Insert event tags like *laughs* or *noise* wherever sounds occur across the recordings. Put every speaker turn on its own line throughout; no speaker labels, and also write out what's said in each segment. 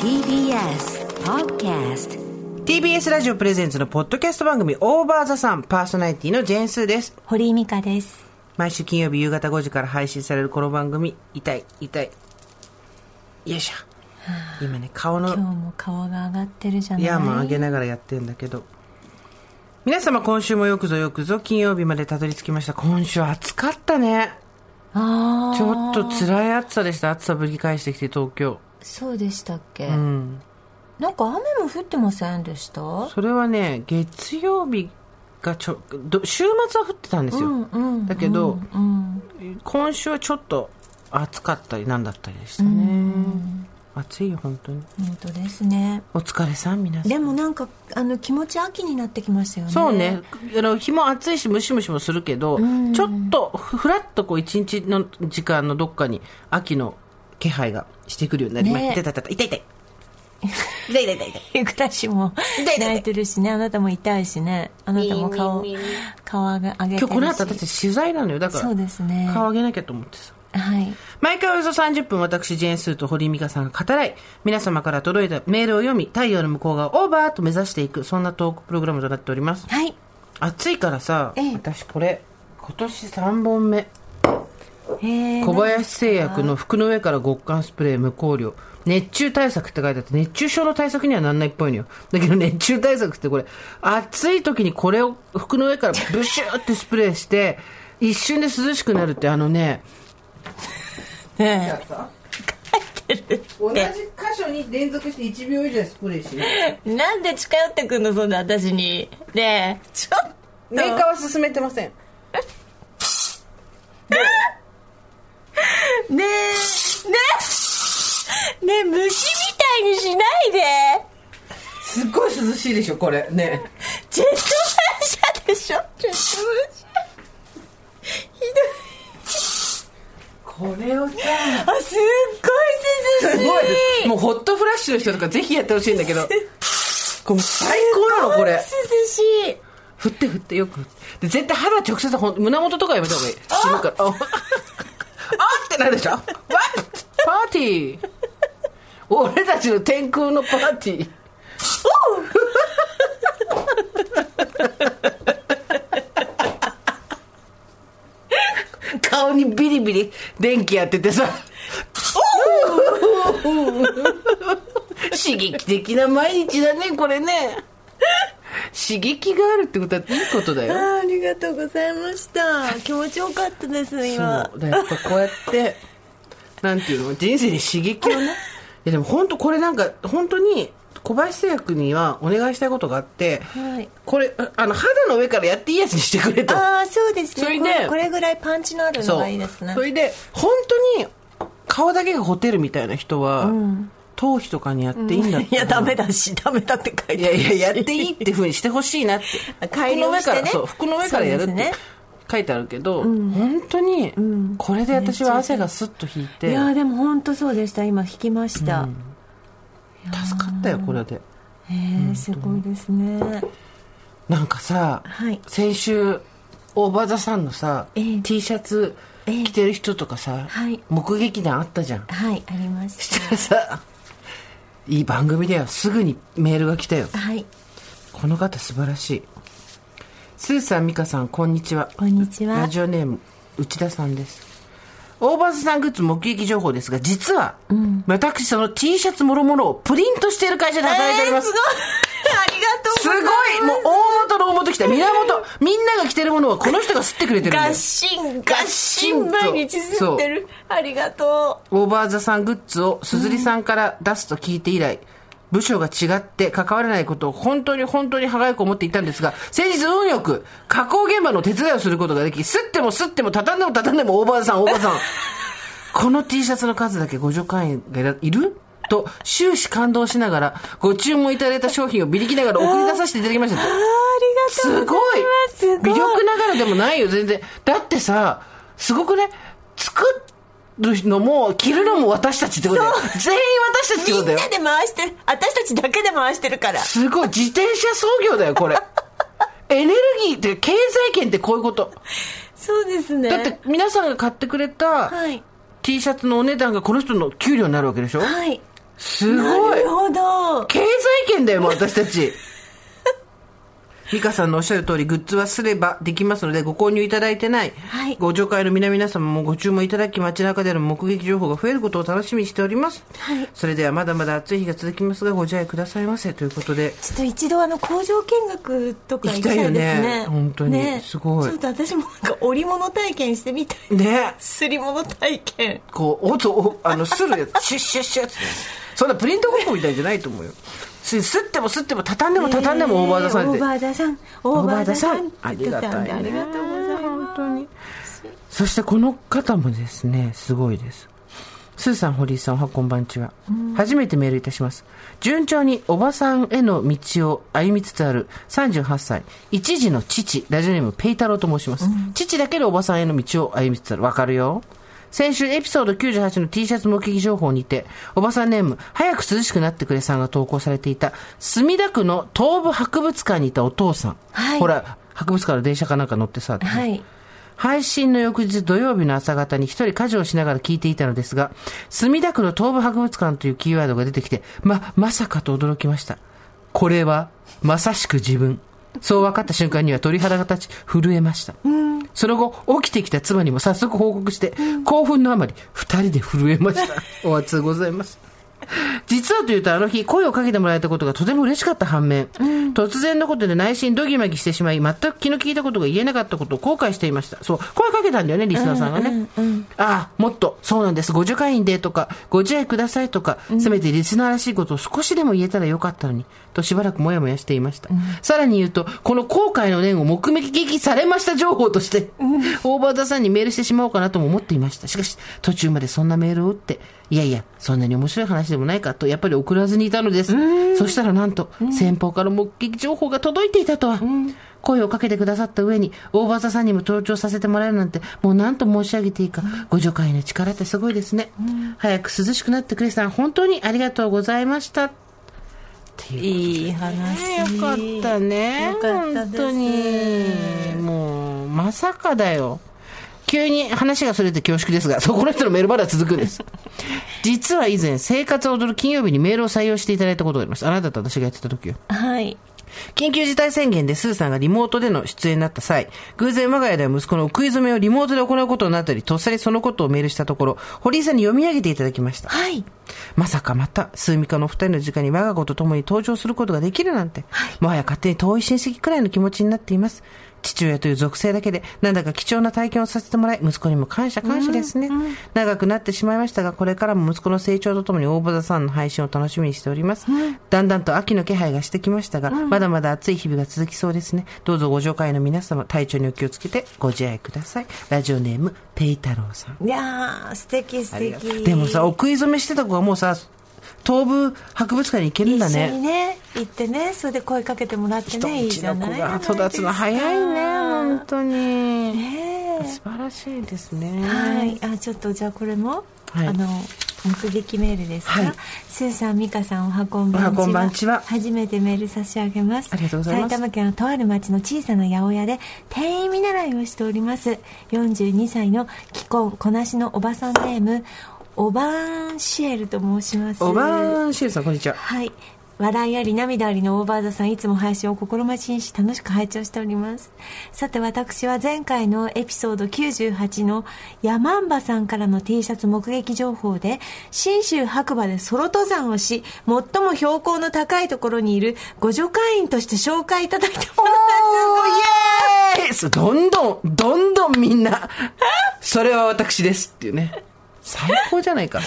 TBS Podcast
TBS ラジオプレゼンツのポッドキャスト番組オーバーザさんパーソナリティのジェーンスーです。
堀井美香です。
毎週金曜日夕方5時から配信されるこの番組、痛い、痛い。よいしょ。今ね、顔
今日
の
も顔が上がってるじゃない。
ヤーマン上げながらやってんだけど。皆様今週もよくぞよくぞ金曜日までたどり着きました。今週暑かったね。
ああ。
ちょっと辛い暑さでした。暑さぶり返してきて東京。
そうでしたっけ、
うん。
なんか雨も降ってませんでした
それはね、月曜日がちょ、ど週末は降ってたんですよ。
うんうん。
だけど、
うん。
今週はちょっと暑かったりなんだったりでしたね暑いよ本当に
本当ですね。
お疲れさん皆さん
でもなんか、あの、気持ち秋になってきましたよね。
そうね。あの日も暑いしムシムシもするけどちょっとふふらっとこう一日の時間のどっかに秋の気配がしてくるようになりまし
ね
た痛い痛い痛い痛い痛い痛い痛い痛い
*laughs* 暮らしも
痛い痛い
泣いてるしね。あなたも痛いしね。あなたも顔、顔上げてるし。
今日この後私取材なのよだから
そうですね。
顔上げなきゃと思ってさ
はい。
毎回およそ30分私ジェーンスーと堀井美香さんが語らい皆様から届いたメールを読み太陽の向こう側をオーバーと目指していくそんなトークプログラムとなっております
はい。
暑いからさ、
ええ
私これ今年3本目
えー
小林製薬の服の上から極寒スプレー無香料熱中対策って書いてあって熱中症の対策にはなんないっぽいのよだけど熱中対策ってこれ暑い時にこれを服の上からブシューってスプレーして一瞬で涼しくなるってあのね
ね
同じ箇所に連続して1秒以上スプレーしない
えなんで近寄ってくんのそんな私に。ねえ、ちょっと。
*laughs* メーカーは進めてません
ねえ、ねえ、ねえ、虫みたいにしないで。
すっごい涼しいでしょこれね
ジェット噴射でしょジェット噴射。ひ
これを
ど
さ
い。あ、すっごい涼しい。
すごいもうホットフラッシュの人とかぜひやってほしいんだ *laughs* けどこれ最高なのこ *laughs* れ
涼しい。
振って振ってよく振ってで絶対肌直接ほん胸元とかやめた方がいい死ぬからああ *laughs* ってなるで *laughs* しょわっパーティー俺たちの天空のパーティー *laughs* 顔にビリビリ電気やっててさ *laughs* 刺激的な毎日だねこれね刺激があるってことはいいことだよ
あありがとうございました。気持ちよかったです、今。
そうだからやっぱこうやってなんていうの人生に刺激をねいやでも本当これなんか本当に小林製薬にはお願いしたいことがあって、
はい
これああの肌の上からやっていいやつにしてくれと
ああ、そうですね
それで
これ。これぐらいパンチのあるのがいいですね
そ。れで本当に顔だけがホテルみたいな人は、頭皮とかにやっていいんだって、
*laughs* いや、ダメだし、ダメだって書い
い
てあ
や
るし
いややっていいっていうふうにしてほしいなって
*laughs* あ
服の
改良
上
して
か
ね
らそう服の上からやるっ
そうで
て
すね
書いてあるけど、本当にこれで私は汗がスッと引いて、
いやでも本当そうでした今引きました、
助かったよこれで
へえすごいですね
なんかさ、
はい
先週オーバーザさんのさ、
ええ
T シャツ
ええ
着てる人とかさ、
はい
目撃談あったじゃん
はいありまし *laughs*
したらさいい番組だよすぐにメールが来たよ
たはい
この方素晴らしいスーさん美香さんこんにちは
こんにちは
ラジオネーム内田さんです大バズさんグッズ目撃情報ですが実は、私その T シャツもろもろをプリントしている会社で働いております、
えーすごいありがとうご
す
ざ
ごい
います
もう大元の大元来た源みんなが着てるものはこの人が吸ってくれてるんだ
合
よ
心合心毎日吸ってるありがと
オーバーザさんグッズを鈴木さんから出すと聞いて以来、部署が違って関われないことを本当に本当に歯がゆく思っていたんですが、先日運よく加工現場の手伝いをすることができ、吸っても吸っても畳んでも畳んでもオーバーザさん、オーバー
*laughs*
ザさん。この T シャツの数だけご助会員がいらいると終始感動しながらご注文いただいた商品をビリきながら送り出させていただきましたと
うあありがと
す
う
ごい
ございますすごい
魅力ながらでもないよ全然だってさすごくね作るのも着るのも私たちってことだよ全員私たちってことだ
みん
よ
なで回してる私たちだけで回してるから
すごい自転車操業だよ
*laughs*
これエネルギーって経済圏ってこういうこと
そうですね
だって皆さんが買ってくれた
はい
T シャツのお値段がこの人の給料になるわけでしょ
はい。
す
な
ごい
るほど。
経済圏だよもう私たち *laughs* 美香さんのおっしゃる通りグッズはすればできますのでご購入いただいてない、
はい
ご助会の皆々様もご注文いただき街中での目撃情報が増えることを楽しみにしております、
はい
それではまだまだ暑い日が続きますがご自愛くださいませということで
ちょっと一度あの工場見学とか行きたいです
行きたいよ
ね
ね。本当にすごい
ちょっと私もなんか織物体験してみたい。 *laughs*
ね
すり物体験。
こうおつおあのするや
*laughs*
つシュッシュッシュッそんなプリントごっこみたいじゃないと思うよすすってもすっても畳んでも畳んでもオーバーザさん
オ
で
ーバーザさん。オーバーザさん。
ありがたいね
ありがとうございます。
本当にそしてこの方もですねすごいですスーさん堀井さんおはこんばんちは、初めてメールいたします順調におばさんへの道を歩みつつある38歳一児の父ラジオネームペイ太郎と申します、父だけでおばさんへの道を歩みつつあるわかるよ先週エピソード98の T シャツ目撃情報にて、おばさんネーム、早く涼しくなってくれさんが投稿されていた、墨田区の東部博物館にいたお父さん。
はい
ほら、博物館の電車かなんか乗ってさ、
はい。
配信の翌日土曜日の朝方に一人家事をしながら聞いていたのですが、墨田区の東武博物館というキーワードが出てきて、ま、まさかと驚きました。これは、まさしく自分。そう分かった瞬間には鳥肌が立ち、震えました。その後、起きてきた妻にも早速報告して、興奮のあまり、二人で震えました。お熱うございます。実はというとあの日声をかけてもらえたことがとても嬉しかった反面、突然のことで内心ドギマギしてしまい全く気の利いたことが言えなかったことを後悔していましたそう声かけたんだよねリスナーさんがね、ああもっとそうなんですご助会員でとかご自愛くださいとか、せめてリスナーらしいことを少しでも言えたらよかったのにとしばらくもやもやしていました、さらに言うとこの後悔の念を目撃されました情報として、大場田さんにメールしてしまおうかなとも思っていましたしかし途中までそんなメールを打っていやいや、そんなに面白い話でもないかと、やっぱり送らずにいたのです。そしたらなんと、先方から目撃情報が届いていたとは。声をかけてくださった上に、大場さんにも登場させてもらえるなんて、もう何と申し上げていいか、ご助会の力ってすごいですね。早く涼しくなってくれさん、本当にありがとうございました。っていう。
いい話。
よかったね。
よかった
本
です
当に。もう、まさかだよ。急に話がそれて恐縮ですが、そうこの人のメールまだ続くん
*laughs*
です。実は以前、生活を踊る金曜日にメールを採用していただいたことがあります。あなたと私がやってた時よ。
はい。
緊急事態宣言でスーさんがリモートでの出演になった際、偶然我が家では息子の食い初めをリモートで行うことになったり、とっさにそのことをメールしたところ、堀井さんに読み上げていただきました。
はい。
まさかまた、スーミカのお二人の時間に我が子と共に登場することができるなんて、もはや勝手に遠い親戚くらいの気持ちになっています。父親という属性だけで、なんだか貴重な体験をさせてもらい、息子にも感謝感謝ですね。長くなってしまいましたが、これからも息子の成長とともに大場田さんの配信を楽しみにしております。だんだんと秋の気配がしてきましたが、まだまだ暑い日々が続きそうですね。どうぞご紹介の皆様、体調にお気をつけてご自愛ください。ラジオネーム、ペイ太郎さん。
いやー、素敵素敵。
でもさお食い初めしてた子がもうさ東武博物館に行けるんだ
一緒に
ね
ね行ってねそれで声かけてもらってねいいじゃ
人ん
な
ち
い
の子が育つの早いね本当に、
ねえ
素晴らしいですね
はいあちょっとじゃあこれも、
はい
あの目撃メールですか、
はい
スーさん美香さんおはこんばんちは
おはこんばんちは
初めてメール差し上げます
ありがとうございます
埼玉県のとある町の小さな八百屋で店員見習いをしております42歳の既婚こなしのおばさんネームオバーンシエルと申します
おばんしえるさんこんにちは
はい笑いあり涙ありのオーバーザさんいつも配信を心待ちにし楽しく拝聴しておりますさて私は前回のエピソード98のヤマンバさんからの T シャツ目撃情報で信州白馬でソロ登山をし最も標高の高いところにいるご助会員として紹介いただいたものです
おーイエーイどんどんどんどんみんなそれは私ですっていうね最高じゃないか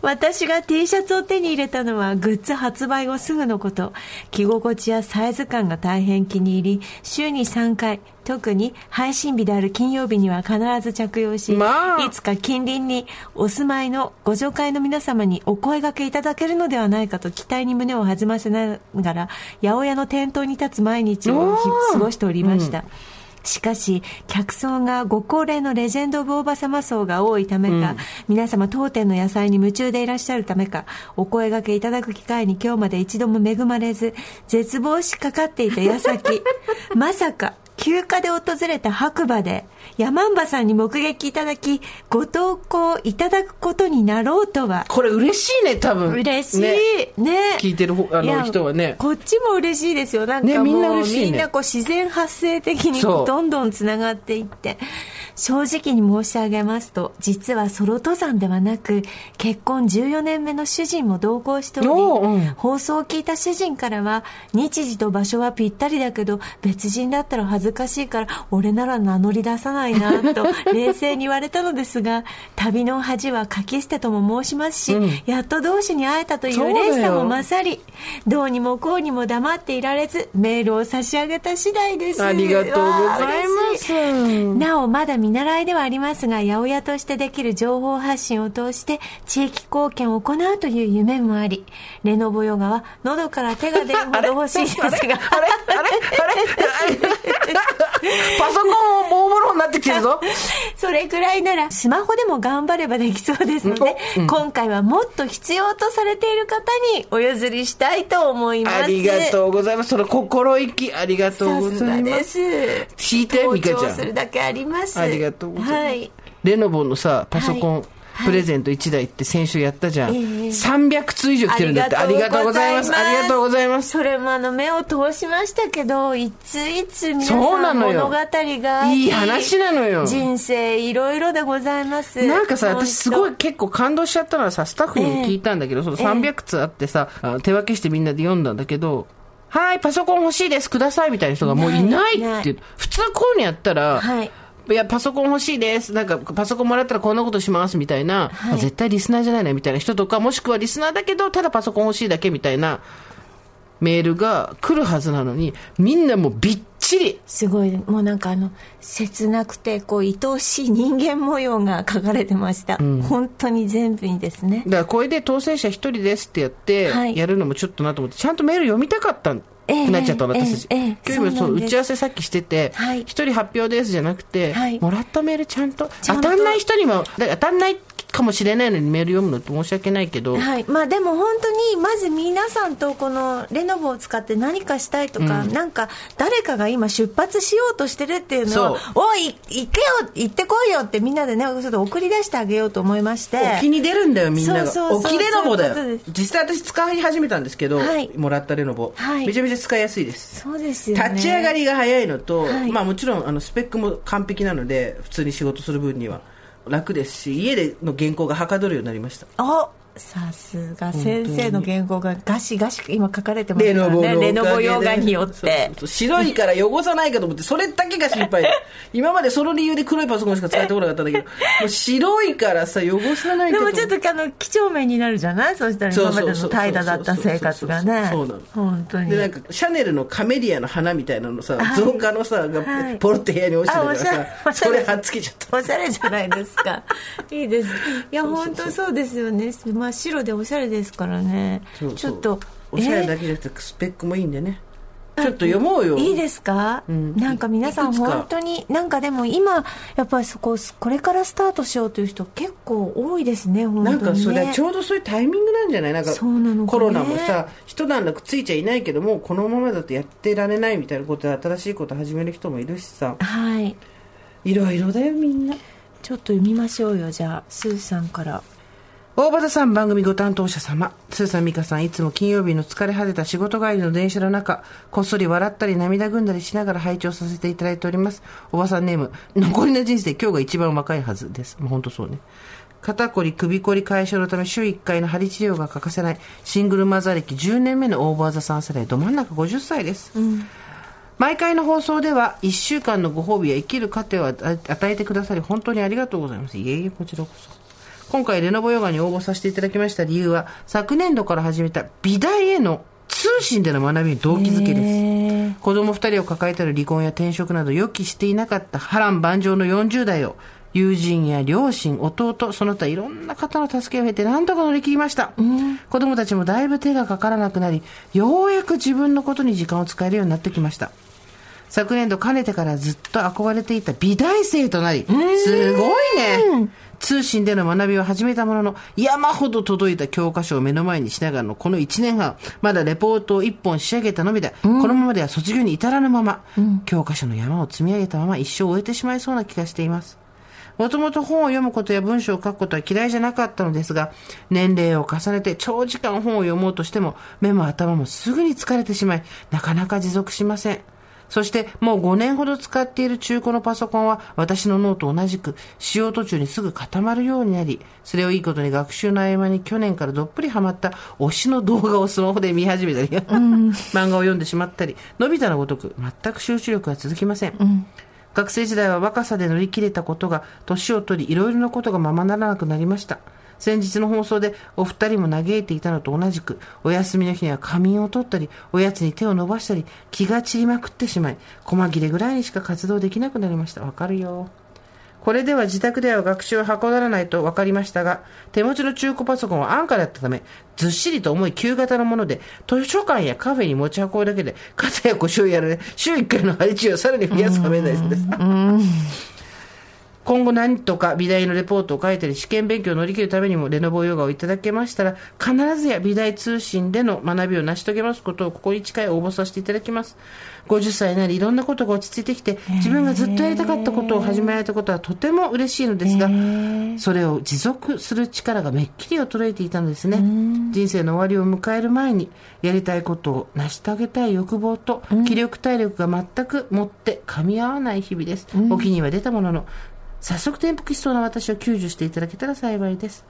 私が T シャツを手に入れたのはグッズ発売後すぐのこと着心地やサイズ感が大変気に入り週に3回特に配信日である金曜日には必ず着用し、
まあ
いつか近隣にお住まいのご助会の皆様にお声掛けいただけるのではないかと期待に胸を弾ませながら八百屋の店頭に立つ毎日を日過ごしておりました、しかし客層がご高齢のレジェンド・オブ・おば様層が多いためか、皆様当店の野菜に夢中でいらっしゃるためかお声掛けいただく機会に今日まで一度も恵まれず絶望しかかっていた矢先まさか休暇で訪れた白馬で、山んばさんに目撃いただき、ご投稿いただくことになろうとは。
これ嬉しいね多分
嬉しい。
ね
ね
聞いてる方あ
いや
の人はね
こっちも嬉しいですよ。なんかも
ね
う、
み
み
ん
ん
な
な
嬉しいね
こう自然発生的に
そう
どんどんつながっていって。正直に申し上げますと、実はソロ登山ではなく、結婚14年目の主人も同行しており、
おううん
放送を聞いた主人からは、日時と場所はぴったりだけど、別人だったら恥ずかしいから、俺なら名乗り出さないな、
*laughs*
と冷静に言われたのですが、旅の恥は書き捨てとも申しますし、やっと同士に会えたという嬉しさも勝り、どうにもこうにも黙っていられず、メールを差し上げた次第です。
ありがとうござい
わあ
ま
嬉し
す
なお、まだ見習いではありますが、八百屋としてできる情報発信を通して、地域貢献を行うという夢もあり、レノボヨガは喉から手が出るほど欲しいです
*laughs*
が、
あれあれ *laughs* パソコンも大物になってきてるぞ
それくらいなら、スマホでも頑張ればできそうですので、
うん
今回はもっと必要とされている方にお譲りしたいと思います。
ありがとうございますその心意気ありがとうご
さす
ざ
が
いま
ですす。
聞いて
登
ミカ
場
ちゃ
する
ん
だけあります。
ありがとうございます、
はい。
レノボのさパソコン、
はいはい
プレゼント1台って先週やったじゃん、
ええ
300通以上来てるんだってありがとうございますありがとうございます
それもあの目を通しましたけどいついつ皆さん
そうなの
物
よ
語があり
いい話なのよ
人生いろいろでございます
なんかさ、
本当
私すごい結構感動しちゃったのはさ、スタッフにも聞いたんだけど、その300通あってさ、あの手分けしてみんなで読んだんだけど、はい、パソコン欲しいです、くださいみたいな人がもういない
ない
っていう。普通こういうのやったら、
はい
い、や、パソコン欲しいです、なんかパソコンもらったらこんなことしますみたいな、
はい
あ絶対リスナーじゃないなみたいな人とか、もしくはリスナーだけど、ただパソコン欲しいだけみたいなメールが来るはずなのに、みんなもうびっちり。
すごいもうなんかあの切なくてこう愛おしい人間模様が書かれてました、本当に全部にですね
だからこれで当選者一人ですってやって、
はい
やるのもちょっとなと思って、ちゃんとメール読みたかったん
ええ
なっちゃったの、
ええ
私たち。
ええ
今日も
そう
そ
なん
う
です
打ち合わせさっきしてて、一、
はい
人発表ですじゃなくて、
はい
もらったメールちゃんと、
ちゃん
当
と
たんない人には、だから当たんないかもしれないのにメール読むのって申し訳ないけど、
はいまあ、でも本当にまず皆さんとこのレノボを使って何かしたいとか、なんか誰かが今出発しようとしてるっていうのを
そう
おい行けよ行ってこいよってみんなでねちょっと送り出してあげようと思いまして
お気に出るんだよみんなが
そうそうそう
お気レノボだ
そういう
よ
こと
実際私使い始めたんですけど、
はい
もらったレノボ、
はい
めちゃめちゃ使いやすいです
そうですよね
立ち上がりが早いのと、
はい
まあ、もちろんあのスペックも完璧なので普通に仕事する分には楽ですし家での原稿がはかどるようになりました
おさすが先生の原稿がガシガシ今書かれてますか
レ
ら
ノボのおか
ね
げで
レノボヨガによっ
そうそう
て
そう白いから汚さないかと思ってそれだけが心配で今までその理由で黒いパソコンしか使えてこなかったんだけ
*laughs*
どもう白いからさ汚さない
で
かと思
も
っ
ちょってとあの几帳面になるじゃないそうしたら今までの怠惰だった生活がね
そうそうそうそうそうなの
本当に
でなんかシャネルのカメリアの花みたいなのさ
はい
造花のさ
は
が
い
ポロって部屋に落ちてたから
あおしゃれ
さそれ貼っつけちゃった
おしゃれじゃないですか *laughs* いいですいや本当そうですよね真っ白でおしゃれですからね
そうそう
ちょっと
おしゃ
え
れだけじゃなくてスペックもいいんでねちょっと読もうよ
いいですか、
ん
なんか皆さ
い
ん
くつか
本当になんかでも今やっぱりそここれからスタートしようという人結構多いですね本当
な
に
ん
ね
かそれちょうどそういうタイミングなんじゃないなんか
そうなのかね
コロナもさ一段落ついちゃいないけどもうこのままだとやってられないみたいなことで新しいこと始める人もいるしさ
はい
いろいろだよみんな
ちょっと読みましょうよじゃあスーさんから
大場さん番組ご担当者様、スーさん、ミカさん、いつも金曜日の疲れ果てた仕事帰りの電車の中、こっそり笑ったり涙ぐんだりしながら拝聴させていただいております。おばさんネーム、残りの人生今日が一番若いはずです。もう本当そうね。肩こり、首こり解消のため週1回の針治療が欠かせない、シングルマザー歴10年目の大場さん世代、ど真ん中50歳です。毎回の放送では1週間のご褒美や生きる糧を与え与えてくださり本当にありがとうございますいえいえこちらこそ今回レノボヨガに応募させていただきました理由は昨年度から始めた美大への通信での学びに動機づけです、子供2人を抱えている離婚や転職など予期していなかった波乱万丈の40代を友人や両親、弟、その他いろんな方の助けを経て何とか乗り切りました、子供たちもだいぶ手がかからなくなり、ようやく自分のことに時間を使えるようになってきました。昨年度かねてからずっと憧れていた美大生となり、すごいね。通信での学びを始めたものの、山ほど届いた教科書を目の前にしながらのこの1年半、まだレポートを1本仕上げたのみで、このままでは卒業に至らぬまま、教科書の山を積み上げたまま一生終えてしまいそうな気がしています。もともと本を読むことや文章を書くことは嫌いじゃなかったのですが、年齢を重ねて長時間本を読もうとしても、目も頭もすぐに疲れてしまい、なかなか持続しません。そして、もう5年ほど使っている中古のパソコンは、私の脳と同じく、使用途中にすぐ固まるようになり、それをいいことに学習の合間に去年からどっぷりハマった推しの動画をスマホで見始めたり、 *laughs* 漫画を読んでしまったり、のび太のごとく、全く集中力が続きません学生時代は若さで乗り切れたことが年を取りいろいろなことがままならなくなりました先日の放送でお二人も嘆いていたのと同じくお休みの日には仮眠を取ったりおやつに手を伸ばしたり気が散りまくってしまい細切れぐらいにしか活動できなくなりましたわかるよこれでは自宅では学習ははこだらないと分かりましたが、手持ちの中古パソコンは安価だったため、ずっしりと重い旧型のもので、図書館やカフェに持ち運ぶだけで、肩や腰をやられ、週1回の配置をさらに増やすためないそうです。今後何とか美大のレポートを書いたり試験勉強を乗り切るためにもレノボヨガをいただけましたら必ずや美大通信での学びを成し遂げますことをここに近い応募させていただきます50歳になりいろんなことが落ち着いてきて自分がずっとやりたかったことを始められたことはとても嬉しいのですがそれを持続する力がめっきり衰えていたのですね人生の終わりを迎える前にやりたいことを成し遂げたい欲望と気力体力が全く持って噛み合わない日々です、お気には出たものの早速転覆しそうな私を救助していただけたら幸いです、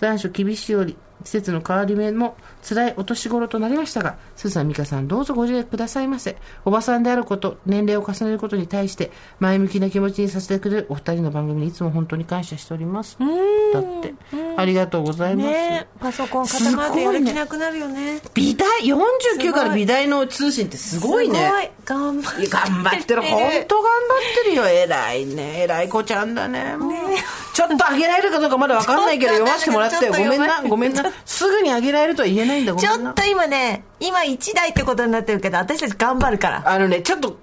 残暑厳しいより季節の変わり目も辛いお年頃となりましたがスーさん美香さんどうぞご自愛くださいませおばさんであること年齢を重ねることに対して前向きな気持ちにさせてくれるお二人の番組にいつも本当に感謝しておりますだってありがとうございます、
ねえパソコン固まってやる気なくなるよね
美大49か
す
ら
ごい
美大の通信ってすごいね
すごい頑張って
いや頑張ってる本当頑張ってるよ偉いね偉い子ちゃんだねもうちょっとあげられるかどうかまだ分かんないけど
ちょっ
読
と
ませ
ち
てもらって
ょっと
ごめん
読
な
ませて
ごめんなすぐにあげられるとは言えないんだごめ
ち
ん
ょ
な
っと今ね今1台ってことになってるけど私たち頑張るから
あのねちょっと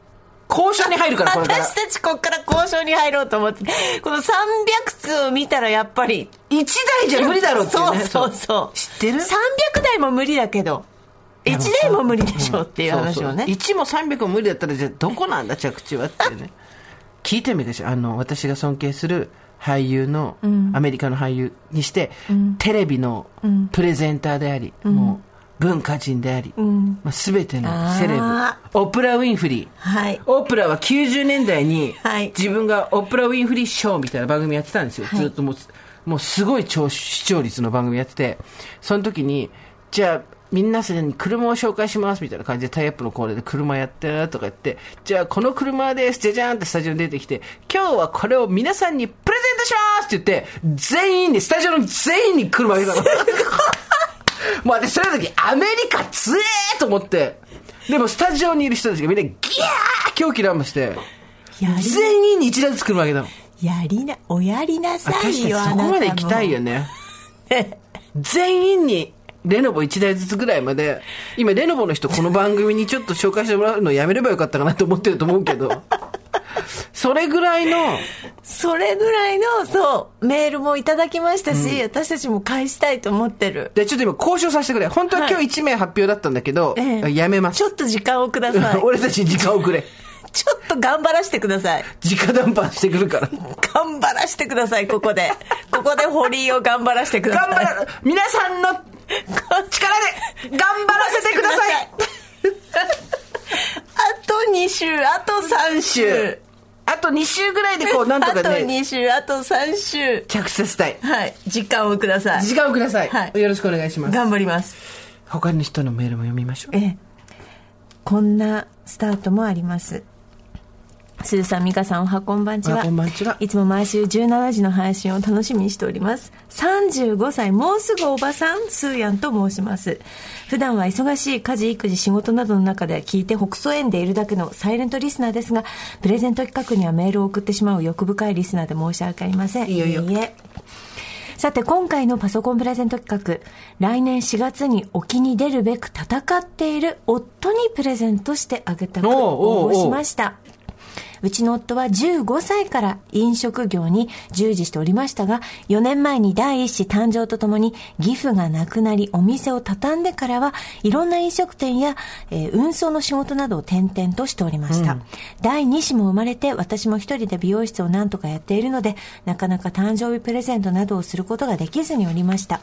交渉に入るからこれから
私たちこっから交渉に入ろうと思ってこの300通を見たらやっぱり
一台じゃ無理だろうってい
そうう
ね
そうそう
知ってる
300台も無理だけど1台も無理でしょうっていう話をね
1も300も無理だったらじゃあどこなんだ着地はっていうね聞いてみるでしょあの私が尊敬する俳優の、アメリカの俳優にして、テレビのプレゼンターであり、もう文化人であり、まあ、全てのセレブ
あ
オプラ・ウィンフリー
はい
オプラは90年代に
はい
自分がオプラ・ウィンフリーショーみたいな番組やってたんですよ、ずっともうもうすごい超視聴率の番組やっててその時にじゃあ皆さんに車を紹介しますみたいな感じでタイアップのコーナーで車やってとか言ってじゃあこの車ですじゃじゃーんってスタジオに出てきて今日はこれを皆さんにプレゼントしますって言って全員にスタジオの全員に車あげ
*laughs*
たのもう私その時アメリカ強えと思ってでもスタジオにいる人たちがみんなギャー狂気乱舞して
や
全員に一台ずつ車あげたの
りやりなおやりな
あ確
さ
かに
い
そ
よ
こまで行きたいよ
ね
ね全員にレノボ一台ずつぐらいまで今レノボの人この番組にちょっと紹介してもらうのやめればよかったかなと思ってると思うけ *laughs* どそれぐらいの
*laughs* それぐらいのそうメールもいただきましたし、私たちも返したいと思ってる
でちょっと今交渉させてくれ本当は今
は
日1名発表だったんだけど、
ええ
やめます
ちょっと時間をください
俺たちに時間をくれ
ちょっと頑張らせてください
直談判してくるから
頑張らせてくださいここでここで堀井を頑張らせてください
頑張ら、皆さんの力で頑張らせてください
あと2週あと3週
あと2週ぐらいでこう、なんと
あと
かね、
2週あと3週
着地させたい。
はい時間をください
時間をください。
はい
よろしくお願いします。
頑張ります
他の人のメールも読みましょう。
ええこんなスタートもありますスーさん、ミカさん、おはこんばんち
お
は。
はこんばんちはい
つも毎週17時の配信を楽しみにしております。35歳、もうすぐおばさん、スーヤンと申します。普段は忙しい家事、育児、仕事などの中で聞いて北総園でいるだけのサイレントリスナーですが、プレゼント企画にはメールを送ってしまう欲深いリスナーで申し訳ありません。
いいよいいよ
いえ。さて今回のパソコンプレゼント企画来年4月に沖に出るべく戦っている夫にプレゼントしてあげたく
おうおうおう
応募しましたうちの夫は15歳から飲食業に従事しておりましたが、4年前に第一子誕生とともに、義父が亡くなり、お店を畳んでからは、いろんな飲食店や、えー運送の仕事などを転々としておりました。第2子も生まれて、私も一人で美容室を何とかやっているので、なかなか誕生日プレゼントなどをすることができずにおりました。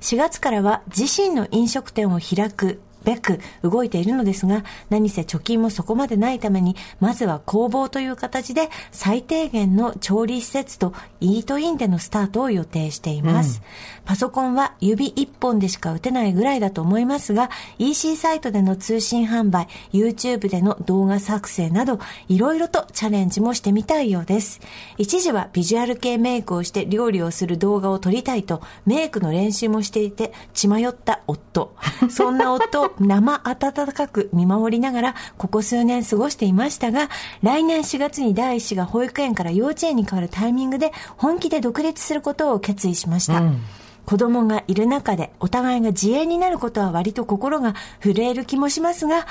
4月からは、自身の飲食店を開く、べく動いているのですが、何せ貯金もそこまでないために、まずは工房という形で最低限の調理施設とイートインでのスタートを予定しています。パソコンは指一本でしか打てないぐらいだと思いますが、EC サイトでの通信販売、YouTube での動画作成など、いろいろとチャレンジもしてみたいようです。一時はビジュアル系メイクをして料理をする動画を撮りたいと、メイクの練習もしていて、血迷った夫。そんな夫を生温かく見守りながら、ここ数年過ごしていましたが、来年4月に第一子が保育園から幼稚園に変わるタイミングで、本気で独立することを決意しました。子供がいる中で、お互いが自営になることは割と心が震える気もしますが、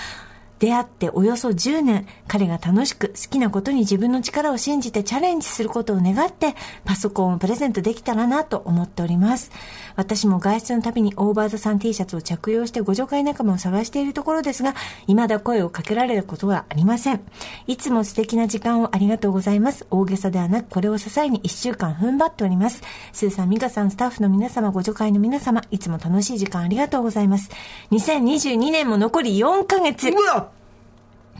出会っておよそ10年、彼が楽しく好きなことに自分の力を信じてチャレンジすることを願って、パソコンをプレゼントできたらなと思っております。私も外出のたびにオーバーザさん T シャツを着用してご助会仲間を探しているところですが、未だ声をかけられることはありません。いつも素敵な時間をありがとうございます。大げさではなく、これを支えに1週間踏ん張っております。スーさん、ミカさん、スタッフの皆様、ご助会の皆様、いつも楽しい時間ありがとうございます。2022年も残り4ヶ月。
うわ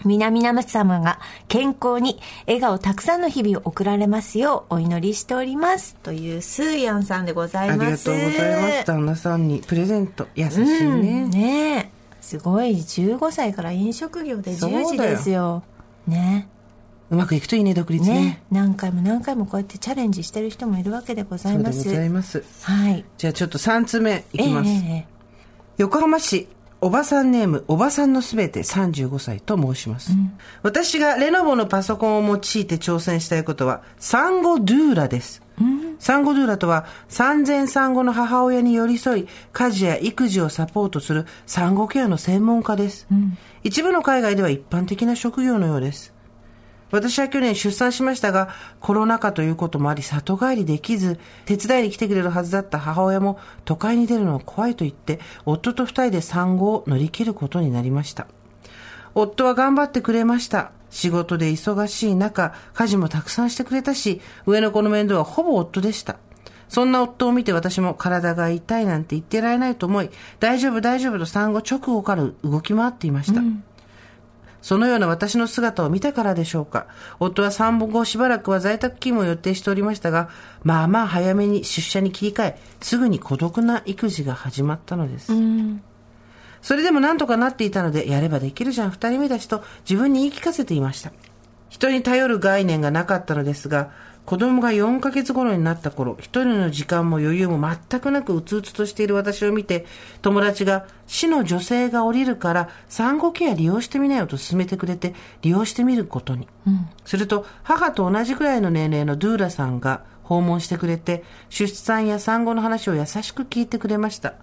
皆々様が健康に笑顔たくさんの日々を送られますようお祈りしておりますというスーヤンさんでござ
あ
い
り
ま
が
す
とうございます旦那さんにプレゼント優しい
うん
ね、
ねえすごい15歳から飲食業で
そうだ
10
よ
時ですよね
うまくいくといいね独立ね
ね何回も何回もこうやってチャレンジしてる人もいるわけでござ
そ
いうま
ですございます
はい
じゃあちょっと3つ目いきます、
ええええ
横浜市おばさんネームおばさんのすべて35歳と申します、私がレノボのパソコンを用いて挑戦したいことは産後ドゥーラです、産後ドゥーラとは産前産後の母親に寄り添い家事や育児をサポートする産後ケアの専門家です、一部の海外では一般的な職業のようです私は去年出産しましたが、コロナ禍ということもあり里帰りできず、手伝いに来てくれるはずだった母親も都会に出るのは怖いと言って、夫と二人で産後を乗り切ることになりました。夫は頑張ってくれました。仕事で忙しい中、家事もたくさんしてくれたし、上の子の面倒はほぼ夫でした。そんな夫を見て私も体が痛いなんて言ってられないと思い、大丈夫大丈夫と産後直後から動き回っていました。そのような私の姿を見たからでしょうか。夫は産後しばらくは在宅勤務を予定しておりましたが、まあまあ早めに出社に切り替え、すぐに孤独な育児が始まったのです。それでもなんとかなっていたので、やればできるじゃん、二人目だしと自分に言い聞かせていました。人に頼る概念がなかったのですが、子供が4ヶ月頃になった頃、一人の時間も余裕も全くなくうつうつとしている私を見て、友達が、市の女性が降りるから産後ケア利用してみなよと勧めてくれて、利用してみることに。すると、母と同じくらいの年齢のドゥーラさんが訪問してくれて、出産や産後の話を優しく聞いてくれました。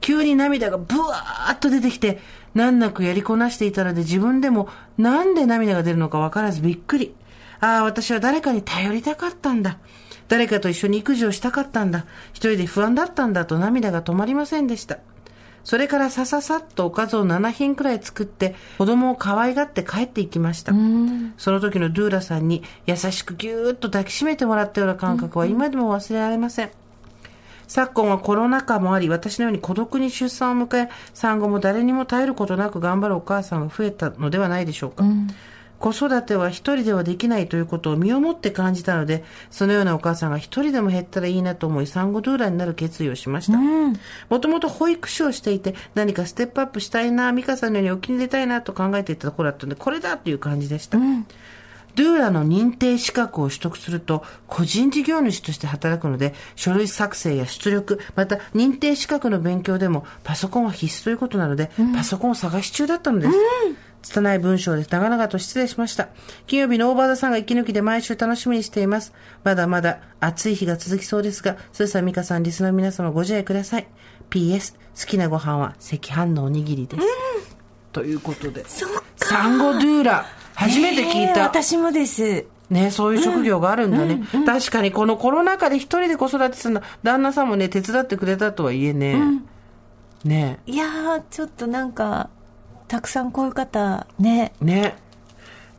急に涙がブワーッと出てきて、難なくやりこなしていたので自分でもなんで涙が出るのかわからずびっくり。ああ、私は誰かに頼りたかったんだ。誰かと一緒に育児をしたかったんだ。一人で不安だったんだと涙が止まりませんでした。それからさささっとおかずを7品くらい作って、子供を可愛がって帰っていきました。その時のドゥーラさんに優しくぎゅーっと抱きしめてもらったような感覚は今でも忘れられません昨今はコロナ禍もあり、私のように孤独に出産を迎え、産後も誰にも耐えることなく頑張るお母さんが増えたのではないでしょうか。子育ては一人ではできないということを身をもって感じたので、そのようなお母さんが一人でも減ったらいいなと思い、産後ドゥーラになる決意をしました。もともと保育士をしていて、何かステップアップしたいな、美香さんのように沖に出たいなと考えていたところだったので、これだという感じでした。ドゥーラの認定資格を取得すると、個人事業主として働くので、書類作成や出力、また認定資格の勉強でも、パソコンは必須ということなので、パソコンを探し中だったのです。拙い文章です。長々と失礼しました。金曜日の大場田さんが息抜きで毎週楽しみにしています。まだまだ暑い日が続きそうですが、スーさん、ミカさん、リスナーの皆様ご自愛ください。PS、好きなご飯は赤飯のおにぎりです。ということで。
そっか
産後ドゥーラ初めて聞い
えー
た。
私もです。
ね、そういう職業があるんだね。確かにこのコロナ禍で一人で子育てするの、旦那さんもね、手伝ってくれたとはいえね。ね
いやー、ちょっとなんか、たくさんこういう方、ね。
ね。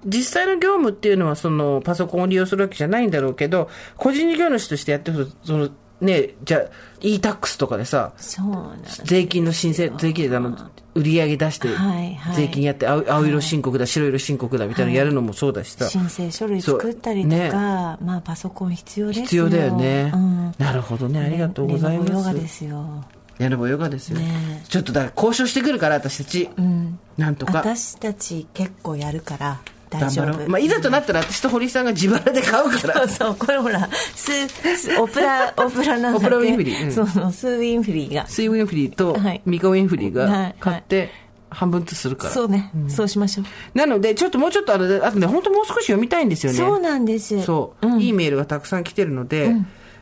実際の業務っていうのは、その、パソコンを利用するわけじゃないんだろうけど、個人事業主としてやってると、その、ね、じゃあ、e-tax とかでさ、
そうなんです
税金の申請、税金であの、売り上げ出して
はいは、い
税金やって、青青色申告だ、白色申告だ、みたいなのやるのもそうだしさ。
申請書類
そう
作ったりとか、
ね
まあパソコン必要ですよ
必要だよね、
うん、
なるほどねありがとうございます
レノボヨガですよ
やればヨガですよ、
ね
ちょっとだから交渉してくるから私たち、なんとか
私たち結構やるから大
頑
丈
張ろ
夫
う、まあ、いざとなったら私と堀井さんが自腹で買うから
そうそうこれほらススオプ
*laughs*
ラオプラなんだっけ
オプラウィンフリーうん
そうそうスウィンフリーが
スイ・ウィンフリーと
はい
ミカ・ウィンフリー
はいは
が
い
買って半分ずつするから、
そうね、そうしましょう、
なのでちょっともうちょっとあれあとね本当もう少し読みたいんですよね
そうなんです
そういいメールがたくさん来てるので、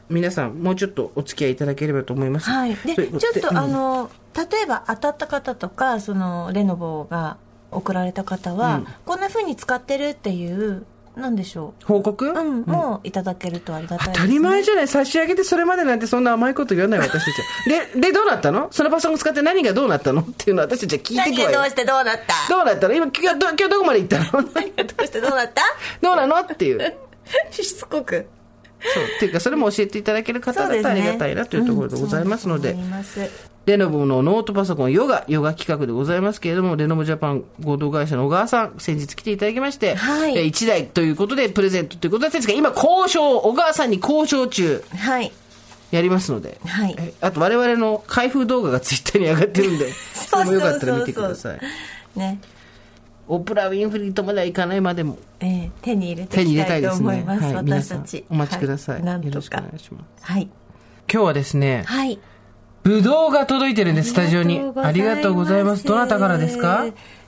皆さんもうちょっとお付き合いいただければと思います
はい、
とい
で
うこ
ちょっと、
うん
あの例えば当たった方とかそのレノボが送られた方は、こんなふうに使ってるっていうなんでしょ
報告、
う、うんもういただけるとありがたいです、ね、
当たり前じゃない差し上げてそれまでなんてそんな甘いこと言わない私たちはででどうなったのそのパソコン使って何がどうなったのっていうのを私たちは聞い
何
てくわ
がどう
よ
してどうなった
どうなったの今今日ど今日どこまで行ったの *laughs*
何がどうしてどうなった
どうなのっていうそ
*laughs*
う
しつこく
っていうかそれも教えていただける方だとありがたいなというところでございますので
うんそう思います
レノボのノートパソコンヨガヨガ企画でございますけれどもレノボジャパン合同会社の小川さん先日来ていただきまして、
はい
1台ということでプレゼントということですが今交渉小川さんに交渉中
はい
やりますので、
はい
えあと我々の開封動画がツイッターに上がってるんで *laughs* それもよかったら見てください
ね
オプラ・ウィンフリーとまでは行かないまでも
えー手に入れて
手
い
に
き
入れ
た
たい
い
で
と
す
思
ね
います
はい皆
私
さ
た
ん
ち
お待ちください、
はなん
よろ
と
しくお
か
願いします
はい
今日はですね
はい
ブドウが届いてるんですスタジオにありがとうございますどなたからですか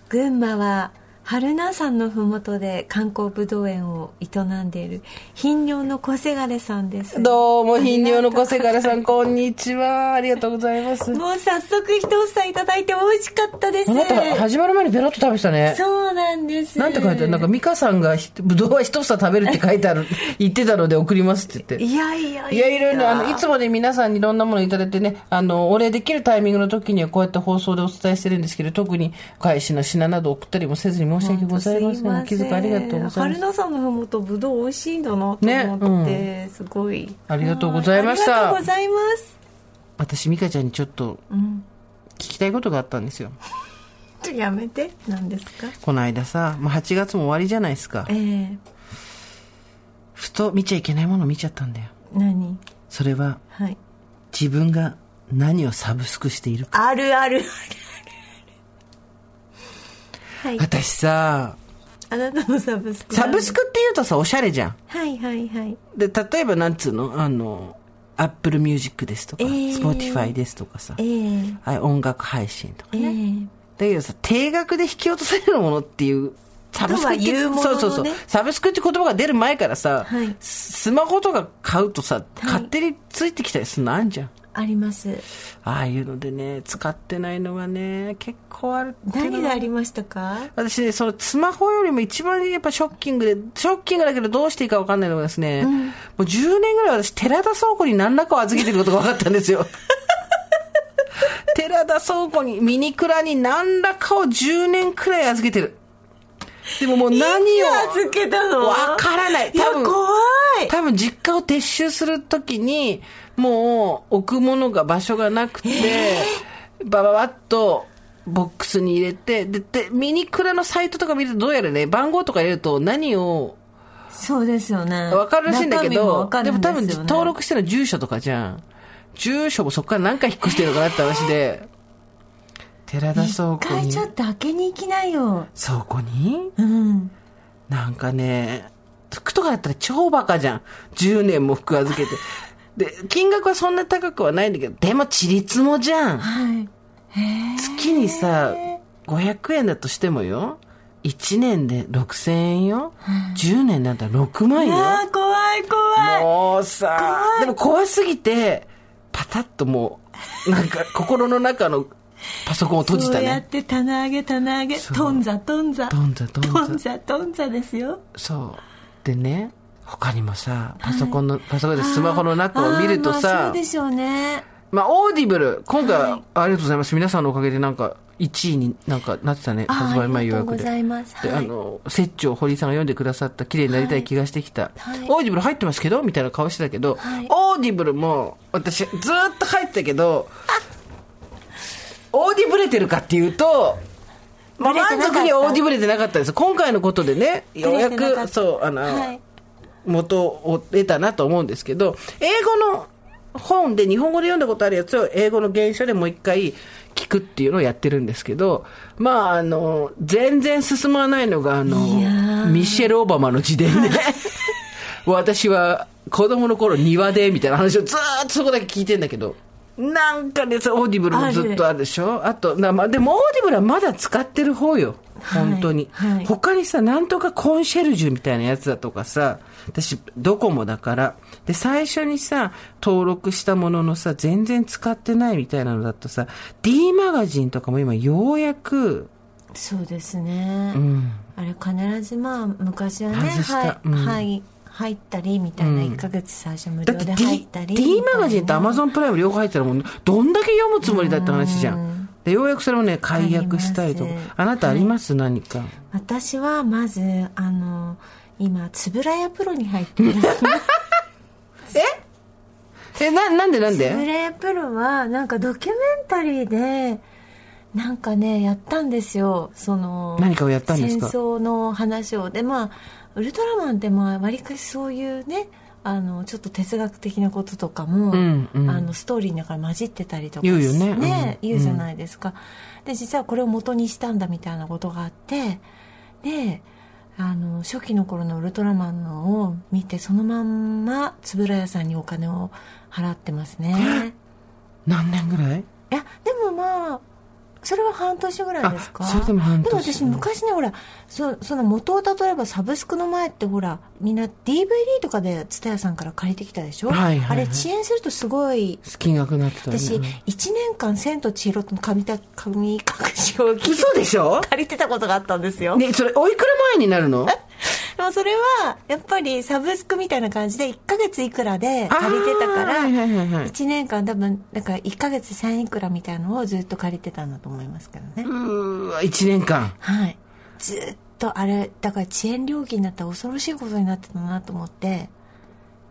群馬は春名山のふもとで観光ぶどう園を営んでいる頻尿の小せがれさんです
どうも頻尿の小瀬からさんこんにちはありがとうございます
もう早速一房いただいて美味しかったです
あなた始まる前にベロッと食べしたね
そうなんです
なんて書いてあるなんか美香さんがひぶどうは一房食べるって書いてあ *laughs* る言ってたので送りますって言って
いやいや
いやいろいろねあのいつもね皆さんにいろんなものいただいてねあのお礼できるタイミングの時にはこうやって放送でお伝えしてるんですけど特に返しの品など送ったりもせずに申し訳ございませんお気遣いありがとうございま
春
す
菜さんのふもとぶどう美味しいんだなと思って、すごい
ありがとうございました
ありがとうございます
私美香ちゃんにちょっと聞きたいことがあったんですよ
ちょやめて何ですか
この間さもう8月も終わりじゃないですか
ええー、
ふと見ちゃいけないもの見ちゃったんだよ
何
それは
はい
自分が何をサブスクしているか
あるあるあるあるはい
私さ
あなたのサブスク
サブスクって言うとさおしゃれじゃん
はいはいはい
で例えばなんつうのあのアップルミュージックですとか、
えー
Spotify ですとかさ、
えー、
あ音楽配信とか
えー、
だけどさ定額で引き落とされるものっていうサブスクって
とは言うもののね
そうそうそうサブスクって言葉が出る前からさ、
はい
ススマホとか買うとさ、勝手についてきたりするのあんじゃん
あります
ああいうのでね使ってないのがね結構あるけど
何がありましたか
私ね、そのスマホよりも一番やっぱショッキングで、ショッキングだけどどうしていいか分かんないのがですね、もう10年ぐらい私、寺田倉庫に何らかを預けてることが分かったんですよ。寺田倉庫に、ミニクラに何らかを10年くらい預けてる。でももう何を、
預けたの
わからない
いや
多分
怖い
多分実家を撤収するときに、もう置くものが場所がなくて、ばばばっと、ボックスに入れてで、で、ミニクラのサイトとか見るとどうやらね、番号とか入れると何を、
そうですよね
わかるらしいんだ
中
け
身も
ど、
わか
で
る
も
んす
多
よね
分登録してるの住所とかじゃん。住所もそこから何回引っ越してるのかなって話で、寺田倉
一
庫
回
に
ちょ、っと開けに行きなよ
倉庫に
うん
なんかね、服とかだったら超バカじゃん。10年も服預け
*laughs*
て。で、金額はそんな高くはないんだけど、でも、ちりつもじゃん。
はい
月にさ、500円だとしてもよ、1年で6000円よ、10年だったら6万
あ
よ。
ー怖い怖い
もうさ、でも怖すぎて、パタッともう、なんか心の中のパソコンを閉じた
そうやっ
ね
て棚上げ棚上げ
そう
とんざとんざ
とんざとんざ
とんざとんざですよ
そうでね他にもさパソコンの、パソコンでスマホの中を見ると
あーまあ
さ
そうでしょうね
まあ、オーディブル、今回は
はい
ありがとうございます。皆さんのおかげでなんか、1位になんかなってたね。
あー
発売前予
ありがと
約
う
で。
ございます
で、
はい
あの、節調堀井さんが読んでくださった、綺麗になりたい気がしてきた。
はいはい
オーディブル入ってますけどみたいな顔してたけど、
はい
オーディブルも、私、ずーっと入ってたけど、オーディブレてるかっていうと、まあ、
ブレて
満
なかった
足にオーディブレてなかったです。今回のことでね、ようや
ブレてなか
く、
った
そう、あの、
はい
元を得たなと思うんですけど英語の本で日本語で読んだことあるやつを英語の原書でもう一回聞くっていうのをやってるんですけどまああの全然進まないのがあ
いや
の
ー
ミシェル・オバマの自伝 *laughs* で私は子供の頃庭でみたいな話をずーっとそこだけ聞いてんだけどなんかねそうオーディブルもずっとあるでしょあとな、まあ、でもオーディブルはまだ使ってる方よ
はい
本当に、
はい
他にさ、なんとかコンシェルジュみたいなやつだとかさ、私、ドコモだから。で、最初にさ、登録したもののさ、全然使ってないみたいなのだとさ、D マガジンとかも今ようやく、
そうですね、
うん、
あれ必ずまあ昔はね
外した
はい、
うん
はい入ったりみたいな1ヶ月最初無
だ
料
って
で
D,
入ったり
D マガジンと
みたいな
Amazon プライム両方入ってたらもうどんだけ読むつもりだって話じゃ
うんん。
で、ようやくそれをね、解約したりとか
あります。
あなたあります、何か。
私はまずあの今つぶらやプロに入ってます
え、な、なんでなん
つぶ
で
らやプロはなんかドキュメンタリーでなんかねやったんですよその
何かをやったんですか
戦争の話をでまあウルトラマンってまあわりかしそういうねあのちょっと哲学的なこととかも、
うんうん
あのストーリーの中に混じってたりとか
言うよねうん
言うじゃないですか、で実はこれを元にしたんだみたいなことがあってであの初期の頃のウルトラマンのを見てそのまんま円谷さんにお金を払ってます
*laughs*
ね
何年ぐらい
いやでもまあそれは半年ぐらいですか
あそれでも半年
でも私昔ねほらそその元を例えばサブスクの前ってほらみんな DVD とかで蔦屋さんから借りてきたでしょ、
はいはいはい
あれ遅延するとすごい
金額になってたよね
私、1年間「千と千尋」との神た神隠しを聞いて
嘘でしょ
借りてたことがあったんですよ、
ね、それおいくら前になるの
でもそれはやっぱりサブスクみたいな感じで1ヶ月いくらで
あー
借りてたから
はいはいはいはい
1年間多分なんか1ヶ月1000いくらみたいのをずっと借りてたんだと思いますけどね、
うーわ1年間
はいずっとあれだから遅延料金になったら恐ろしいことになってたなと思って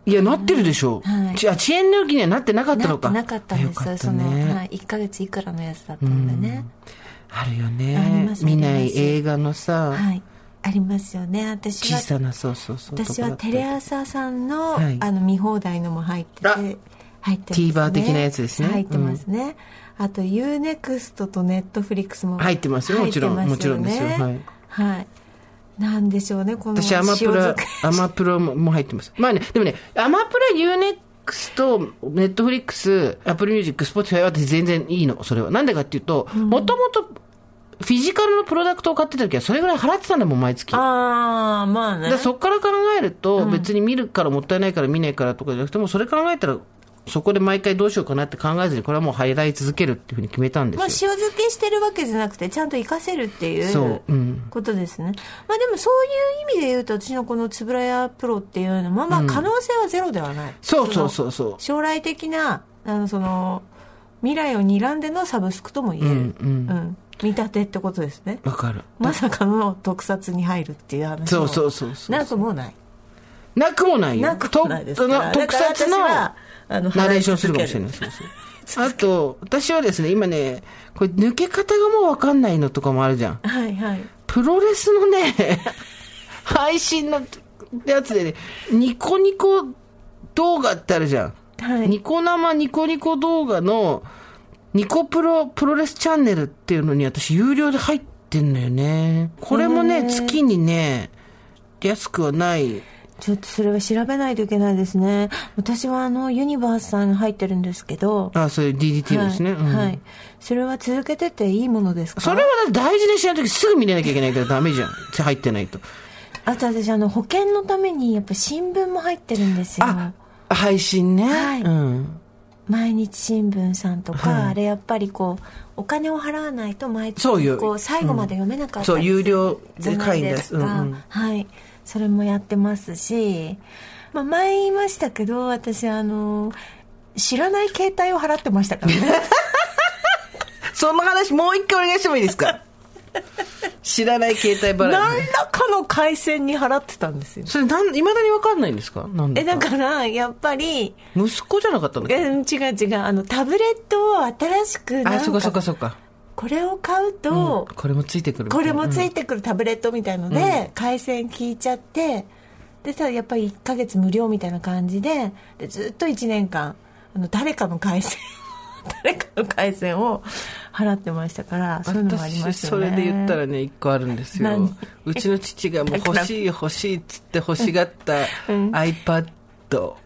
いやなってるでしょ、
はい
ちあ遅延料金にはなってなかった
な
の
って
か
なかったんです
あ
よ
よか
そ
った
の、
ね
はい、1ヶ月いくらのやつだったんでね
あるよ
あり
ね
ます
見ない
あります
映画のさ、
はいありますよね私
小
は
さなそうそうそう
私はテレ朝さんの,、
はい
あの見放題のも入って
あ
て入ってます
TVer 的なやつですね
入ってますね、あと UNEXT と Netflix も
入ってますよもちろん
入ってますよ
もちろんですよはい
はい、なんでしょうねこの
私アマプ
塩
ラ
漬け
*laughs* アマプラももう入ってますまあねでもねアマプラ UNEXT と Netflix アップルミュージック Spotify は私全然いいのそれはなんでかっていうともともとフィジカルのプロダクトを買ってた時はそれぐらい払ってたんだもん毎月
ああまあね
だからそこから考えると、別に見るからもったいないから見ないからとかじゃなくても、それ考えたら、そこで毎回どうしようかなって考えずに、これはもう払い続けるっていうふうに決めたんで
まあ、塩
すよ。
漬けしてるわけじゃなくてちゃんと活かせるってい
そう
う
うん
ことですね、まあ、でもそういう意味で言うと私のこの円谷プロっていうのは、まあ、可能性はゼロではない、
そうそうそうそう。
将来的なあのその未来を睨んでのサブスクとも言える、
うん
うん見立てってことですね
わかる。
まさかの特撮に入るっていう話も
そうそうそうそう
なくもない
なくもないよ。
なくもないですから
とな特撮の
だから私はあの
ナレーションするかもしれない。
*laughs*
そうそうあと、私はですね、今ね、これ抜け方がもうわかんないのとかもあるじゃん。
はいはい
プロレスの
*laughs*
ね、配信のやつでね、ニコニコ動画ってあるじゃん。
はい
ニコ生ニコニコ動画のニコプロプロレスチャンネルっていうのに私有料で入ってんのよね。これも
へ
ね、
ー
月にね、安くはない。
ちょっとそれは調べないといけないですね私はあのユニバースさん入ってるんですけど
あ、そういう DDT のですね。
はい
うん
はいそれは続けてていいものですか
それはだって大事にしないときすぐ見れなきゃいけないからダメじゃん。入ってないと。
あと私あの保険のためにやっぱ新聞も入ってるんですよ
あ、配信ね。
はい
うん。
毎日新聞さんとか、
はい
あれやっぱりこうお金を払わないと毎月
そういう
こう最後まで読めなかった
そう
りする
有料
じ
で
ゃな
会
い
員
で
ですす、
か、
うんうん
はいそれもやってますし、まあ、前言いましたけど私あの知らない携帯を払ってましたからね
その話もう一回お願いしてもいいですか知らない携帯
何
払い
らかの回線に払ってたんですよ
それなん未だに分かんないんですかなんで
えだからやっぱり
息子じゃなかったの
え違う違うあのタブレットを新しくな
あ
ん
そっかそっか
か
そっか
これを買う
うん
と、
これもついてくる
これもつ
て
いてくるタブレットみたいので、回線聞いちゃってでただやっぱり1ヶ月無料みたいな感じででずっと1年間あの誰かの回線 *laughs* 誰かの回線を払ってましたからそういうのもありますよね
それで言ったらね一個あるんですよ
何
うちの父がもう欲
*laughs*
しい欲しいっつって欲しがった
うん
iPad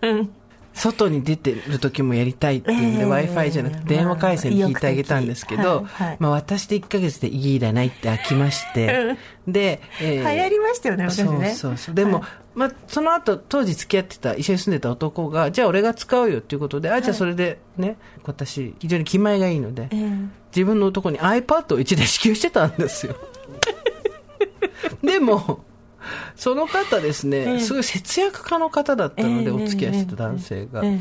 うん
外に出てる時もやりたいっていうんで、
ええ
w i f i じゃなくて電話回線聞いてあげたんですけど、
まあ意欲的はいはい
まあ、私で1ヶ月で家いらないって飽きまして、で、え
流
ー
行りましたよね昔
そう
ね
そうそうでも、まあ、その後当時付き合ってた一緒に住んでた男がじゃあ俺が使うよっていうことであじゃあそれでね、私非常に気前がいいの
え
で、
え
自分の男に iPad を1台支給してたんです
*laughs*
よでもその方ですね、
ええ
すごい節約家の方だったので、
ええ
お付き合いしてた男性が、
えええ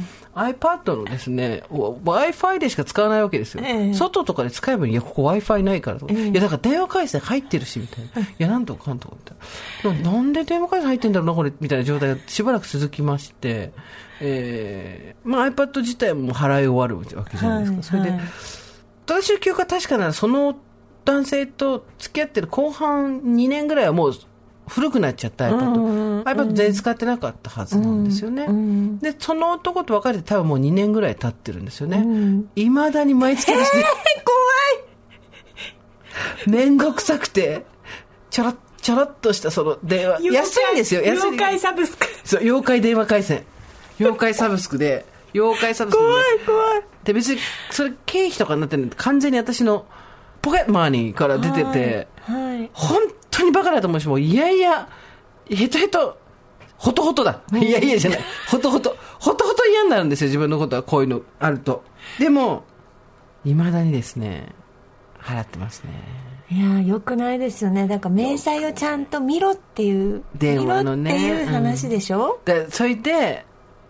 iPad のですね w i f i でしか使わないわけですよ、
ええ
外とかで使えばいいいやここ w i f i ないからとか、
ええ
いやだから電話回線入ってるしみたいな、いやなんとかかんとかみたいななんで電話回線入ってんだろうなこれみたいな状態がしばらく続きまして、えーまあ、iPad 自体も払い終わるわけじゃないですか、それで、
はい
私の記憶が確かならその男性と付き合ってる後半2年ぐらいはもう古くなっちゃった iPad、
うんうんうん
iPad 全然使ってなかったはずなんですよね、
うん
でその男と別れて多分もう2年ぐらい経ってるんですよね
うん
いま、未だに毎月ですね面倒くさくてちょろっちょろっとしたその電話
怖い
安いんですよ安い
妖怪サブスク
そう妖怪電話回線妖怪サブスクで妖怪サブスクで
怖い怖い
で別にそれ経費とかになってるんで完全に私のポケットマーニーから出てて、
はいはい
本当にバカだと思うしもういやいやヘトヘトほとほとだいやいやじ
*laughs*
ゃないほとほとほとほと嫌になるんですよ自分のことはこういうのあるとでもいまだにですね払ってますね
いやーよくないですよねだから明細をちゃんと見ろっていう
電話のね
見ろっていう話でしょ、
でそれで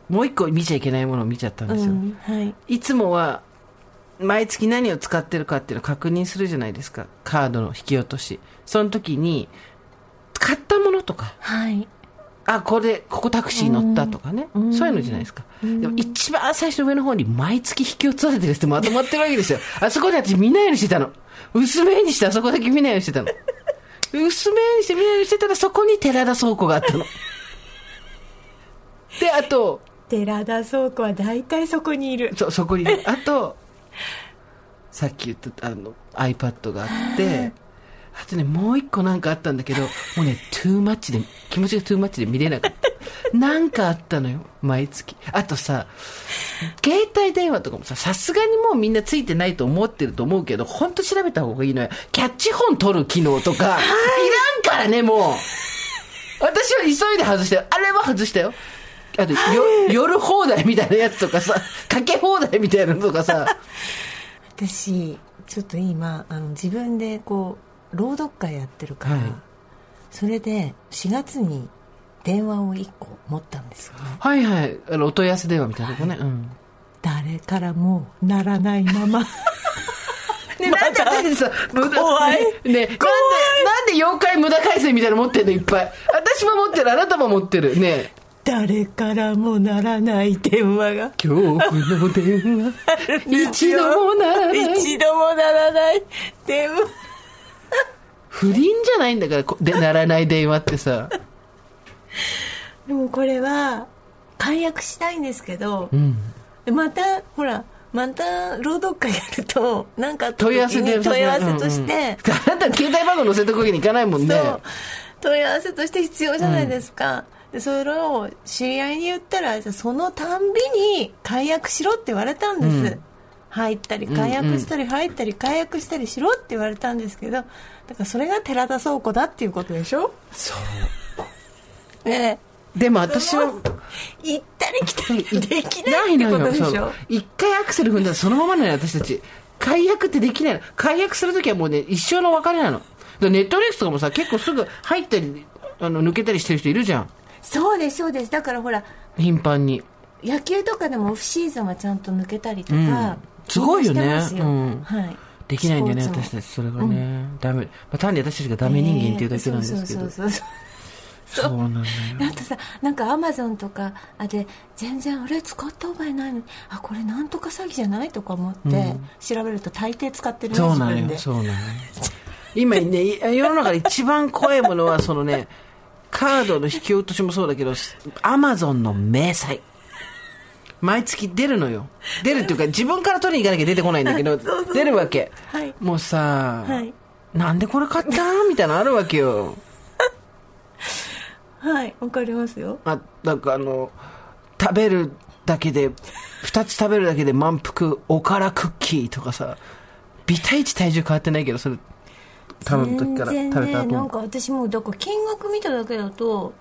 もう一個見ちゃいけないものを見ちゃったん
う
ですよ、
んはい
いつもは毎月何を使ってるかっていうのを確認するじゃないですか。カードの引き落とし。その時に、買ったものとか、
はい
あ、これ、ここタクシー乗ったとかね。
ん
そういうのじゃないですか。でも一番最初の上の方に毎月引き落とされてる人まとまってるわけですよ。あそこで私見ないようにしてたの。薄めにしてあそこだけ見ないようにしてたの。薄めにして見ないようにしてたらそこに寺田倉庫があったの。で、あと、
寺田倉庫は大体そこにいる
そそこにあとさっき言ったあの iPad があってあとねもう一個なんかあったんだけどもうねトゥーマッチで気持ちがトゥーマッチで見れなかったなんかあったのよ毎月あとさ携帯電話とかもささすがにもうみんなついてないと思ってると思うけど本当調べた方がいいのよキャッチ本取る機能とかいらんからねもう私は急いで外したよ。あれは外したよ。あと、よ、夜放題みたいなやつとか *laughs* さ、かけ放題みたいなのとかさ、
私ちょっと今あの自分でこう朗読会やってるから、
はい
それで4月に電話を1個持ったんですよね
はいはい、あの、お問い合わせ電話みたいなとこね。うん。
誰からもならないまま
ね、なんで、なんでさ、無駄
怖い
ね、なんで、なんで妖怪無駄回線みたいなの持ってんのいっぱい。私も持ってる、あなたも持ってる。ね
誰からもならない電話が
恐怖の電話。一度もならない。
一度もならない電話
不倫じゃないんだから、こで、ならない電話ってさ。
でもこれは解約したいんですけど、
うん。
でまたほらまた労働会やるとなんか
問い合わせ電話
問い合わせとして、
うんうんあなた携帯番号載せとくわけにいかないもんね。
そう問い合わせとして必要じゃないですか、でそれを知り合いに言ったらじゃあそのたんびに解約しろって言われたんです、
うん
入ったり解約したり入ったり解約したりしろって言われたんですけどだからそれが寺田倉庫だっていうことでしょ
そう
ねえ
でも私は
行ったり来たりでき
な
ない
い
って
の
こと
よ
でし
そ
ょ
う一回アクセル踏んだらそのままなのよ私たち解約ってできないの解約するときはもうね一生の別れなのだからネットレックスとかもさ結構すぐ入ったりあの抜けたりしてる人いるじゃん
そうですそうですだからほら
頻繁に
野球とかでもオフシーズンはちゃんと抜けたりとか、
んすごいよね
みんなしてますよ
うん
はい、
できないんだよね
スポーツ
私た
も
ちそれがね、ダメ、まあ、単に私たちがダメ人間っていうだけなんですけど、
えーそうそうそうそう
そうなのよ
あとさなんかアマゾンとかあで全然あれ使った覚えないのにあこれなんとか詐欺じゃないとか思って、調べると大抵使ってるね
そう
自
なの
分
よ
で
そうなのよ今ねい世の中で一番怖いものはそのねカードの引き落としもそうだけどアマゾンの明細毎月出るのよ出るっていうか自分から取りに行かなきゃ出てこないんだけど
そうそう
出るわけ、
はい
もうさ、
はい
なんでこれ買ったみたいなのあるわけよ
はいわかりますよ
あなんかあの食べるだけで2つ食べるだけで満腹おからクッキーとかさビタイチ体重変わってないけどそれ食べる時から
全
食
然
べた
ね
後
なん
も
か私もうだから金額見ただけだと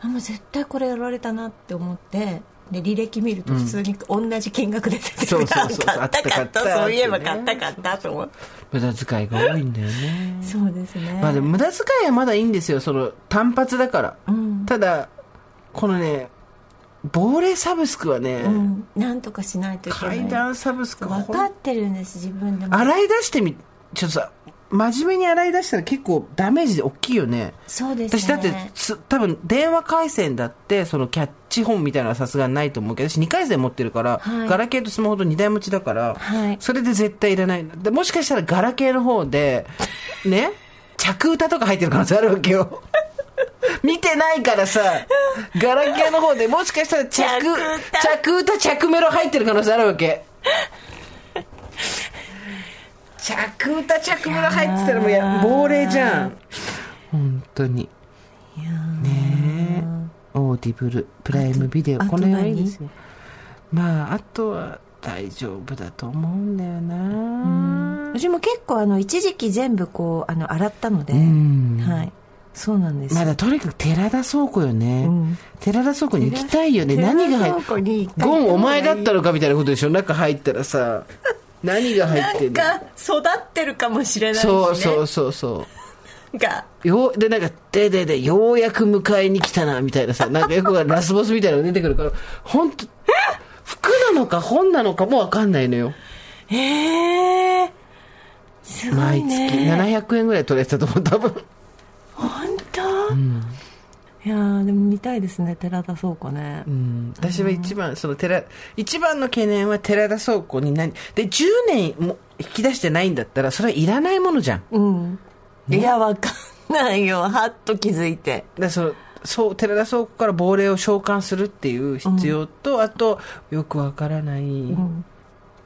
あもう絶対これやられたなって思ってで履歴見ると普通に同じ金額で出てく
そう
る
そう
買
そう
った買った買った
買った
そういえば
ね
買った買ったと思って
無駄遣いが多いんだよね
そうですね
まあでも無駄遣いはまだいいんですよその単発だから、
うん
ただこのね亡霊サブスクはね、
うんなんとかしないといけない
階段サブスク
分かってるんです自分でも
洗い出してみちょっとさ真面目に洗い出したら結構ダメージで大きいよね
そうですね
私だってつ多分電話回線だってそのキャッチ本みたいなのはさすがにないと思うけど私2回線持ってるから、
はい
ガラケーとスマホと2台持ちだから、
はい
それで絶対いらないでもしかしたらガラケーの方でね着歌とか入ってる可能性あるわけよ *laughs* 見てないからさガラケーの方でもしかしたら着
着歌
着歌着メロ入ってる可能性あるわけ着歌着メロ入ってたらもうや亡霊じゃん本当にねえオーディブルプライムビデオ
あと
この辺はいいですよまああとは大丈夫だと思うんだよな
うちも結構あの一時期全部こうあの洗ったので、
ん
はい、そうなんです、
まだとにかく寺田倉庫よね、
うん
寺田倉庫に行きたいよね何が入
っ
っててゴンお前だったのかみたいなことでしょ中入ったらさ何が入ってんの
が育ってるかもしれないし、ね、
そうそうそうそう
が
ようでなんかでででようやく迎えに来たなみたい
*laughs*
なさなんかよくわかんないラスボスみたいなのが出てくるから本当服なのか本なのかもわかんないのよ
ええすごい
毎月
ね
700円ぐらい取れてたと思う多分
本当、いやーでも見たいですね寺田倉庫ね、
うん私は一番その寺一番の懸念は寺田倉庫に何で10年も引き出してないんだったらそれはいらないものじゃん
うんいやわかんないよはっと気づいて
だからそのそう寺田倉庫から亡霊を召喚するっていう必要と、あとよくわからない、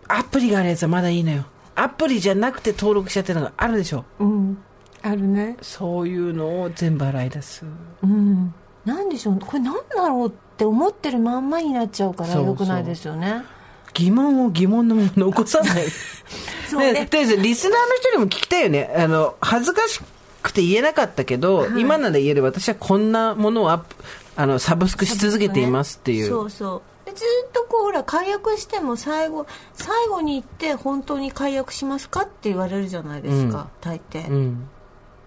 アプリがあるやつはまだいいのよアプリじゃなくて登録しちゃってるのがあるでしょ
うんあるね
そういうのを全部洗い出す
うんなんでしょうこれなんだろうって思ってるまんまになっちゃうから
そうそう
よくないですよね
疑問を疑問のまま残さ *laughs* ない
そう
ね
ね
とりあえずリスナーの人にも聞きたいよねあの恥ずかしくて言えなかったけど、今なら言える私はこんなものをアップあのサブスクし続けていますっていう
そうそうでずっとこうほら解約しても最後最後に行って本当に解約しますかって言われるじゃないですか、
うん
大抵、
うん、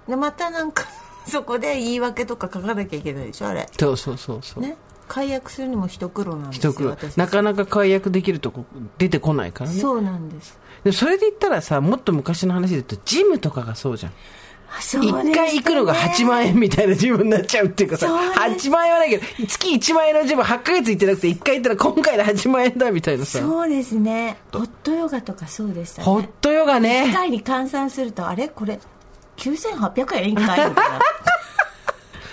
でまたなんか *laughs* そこで言い訳とか書かなきゃいけないでしょあれ
そうそうそうそう、
ね解約するにも一苦労なんです
一
よ
苦労
私たち
なかなか解約できるとこ出てこないからね
そうなんです
でもそれで言ったらさもっと昔の話で言うとジムとかがそうじゃん
あそうでしたね
一回行くのが8万円みたいなジムになっちゃうっていうかさ、
そうです
8万円はないけど、月1万円のジム8ヶ月行ってなくて、1回行ったら今回で8万円だみたいなさ。
そうですねホットヨガとかそうでしたね
ホットヨガ
1
ね。
回に換算するとあれこれ9800円1回みたい
*laughs*
な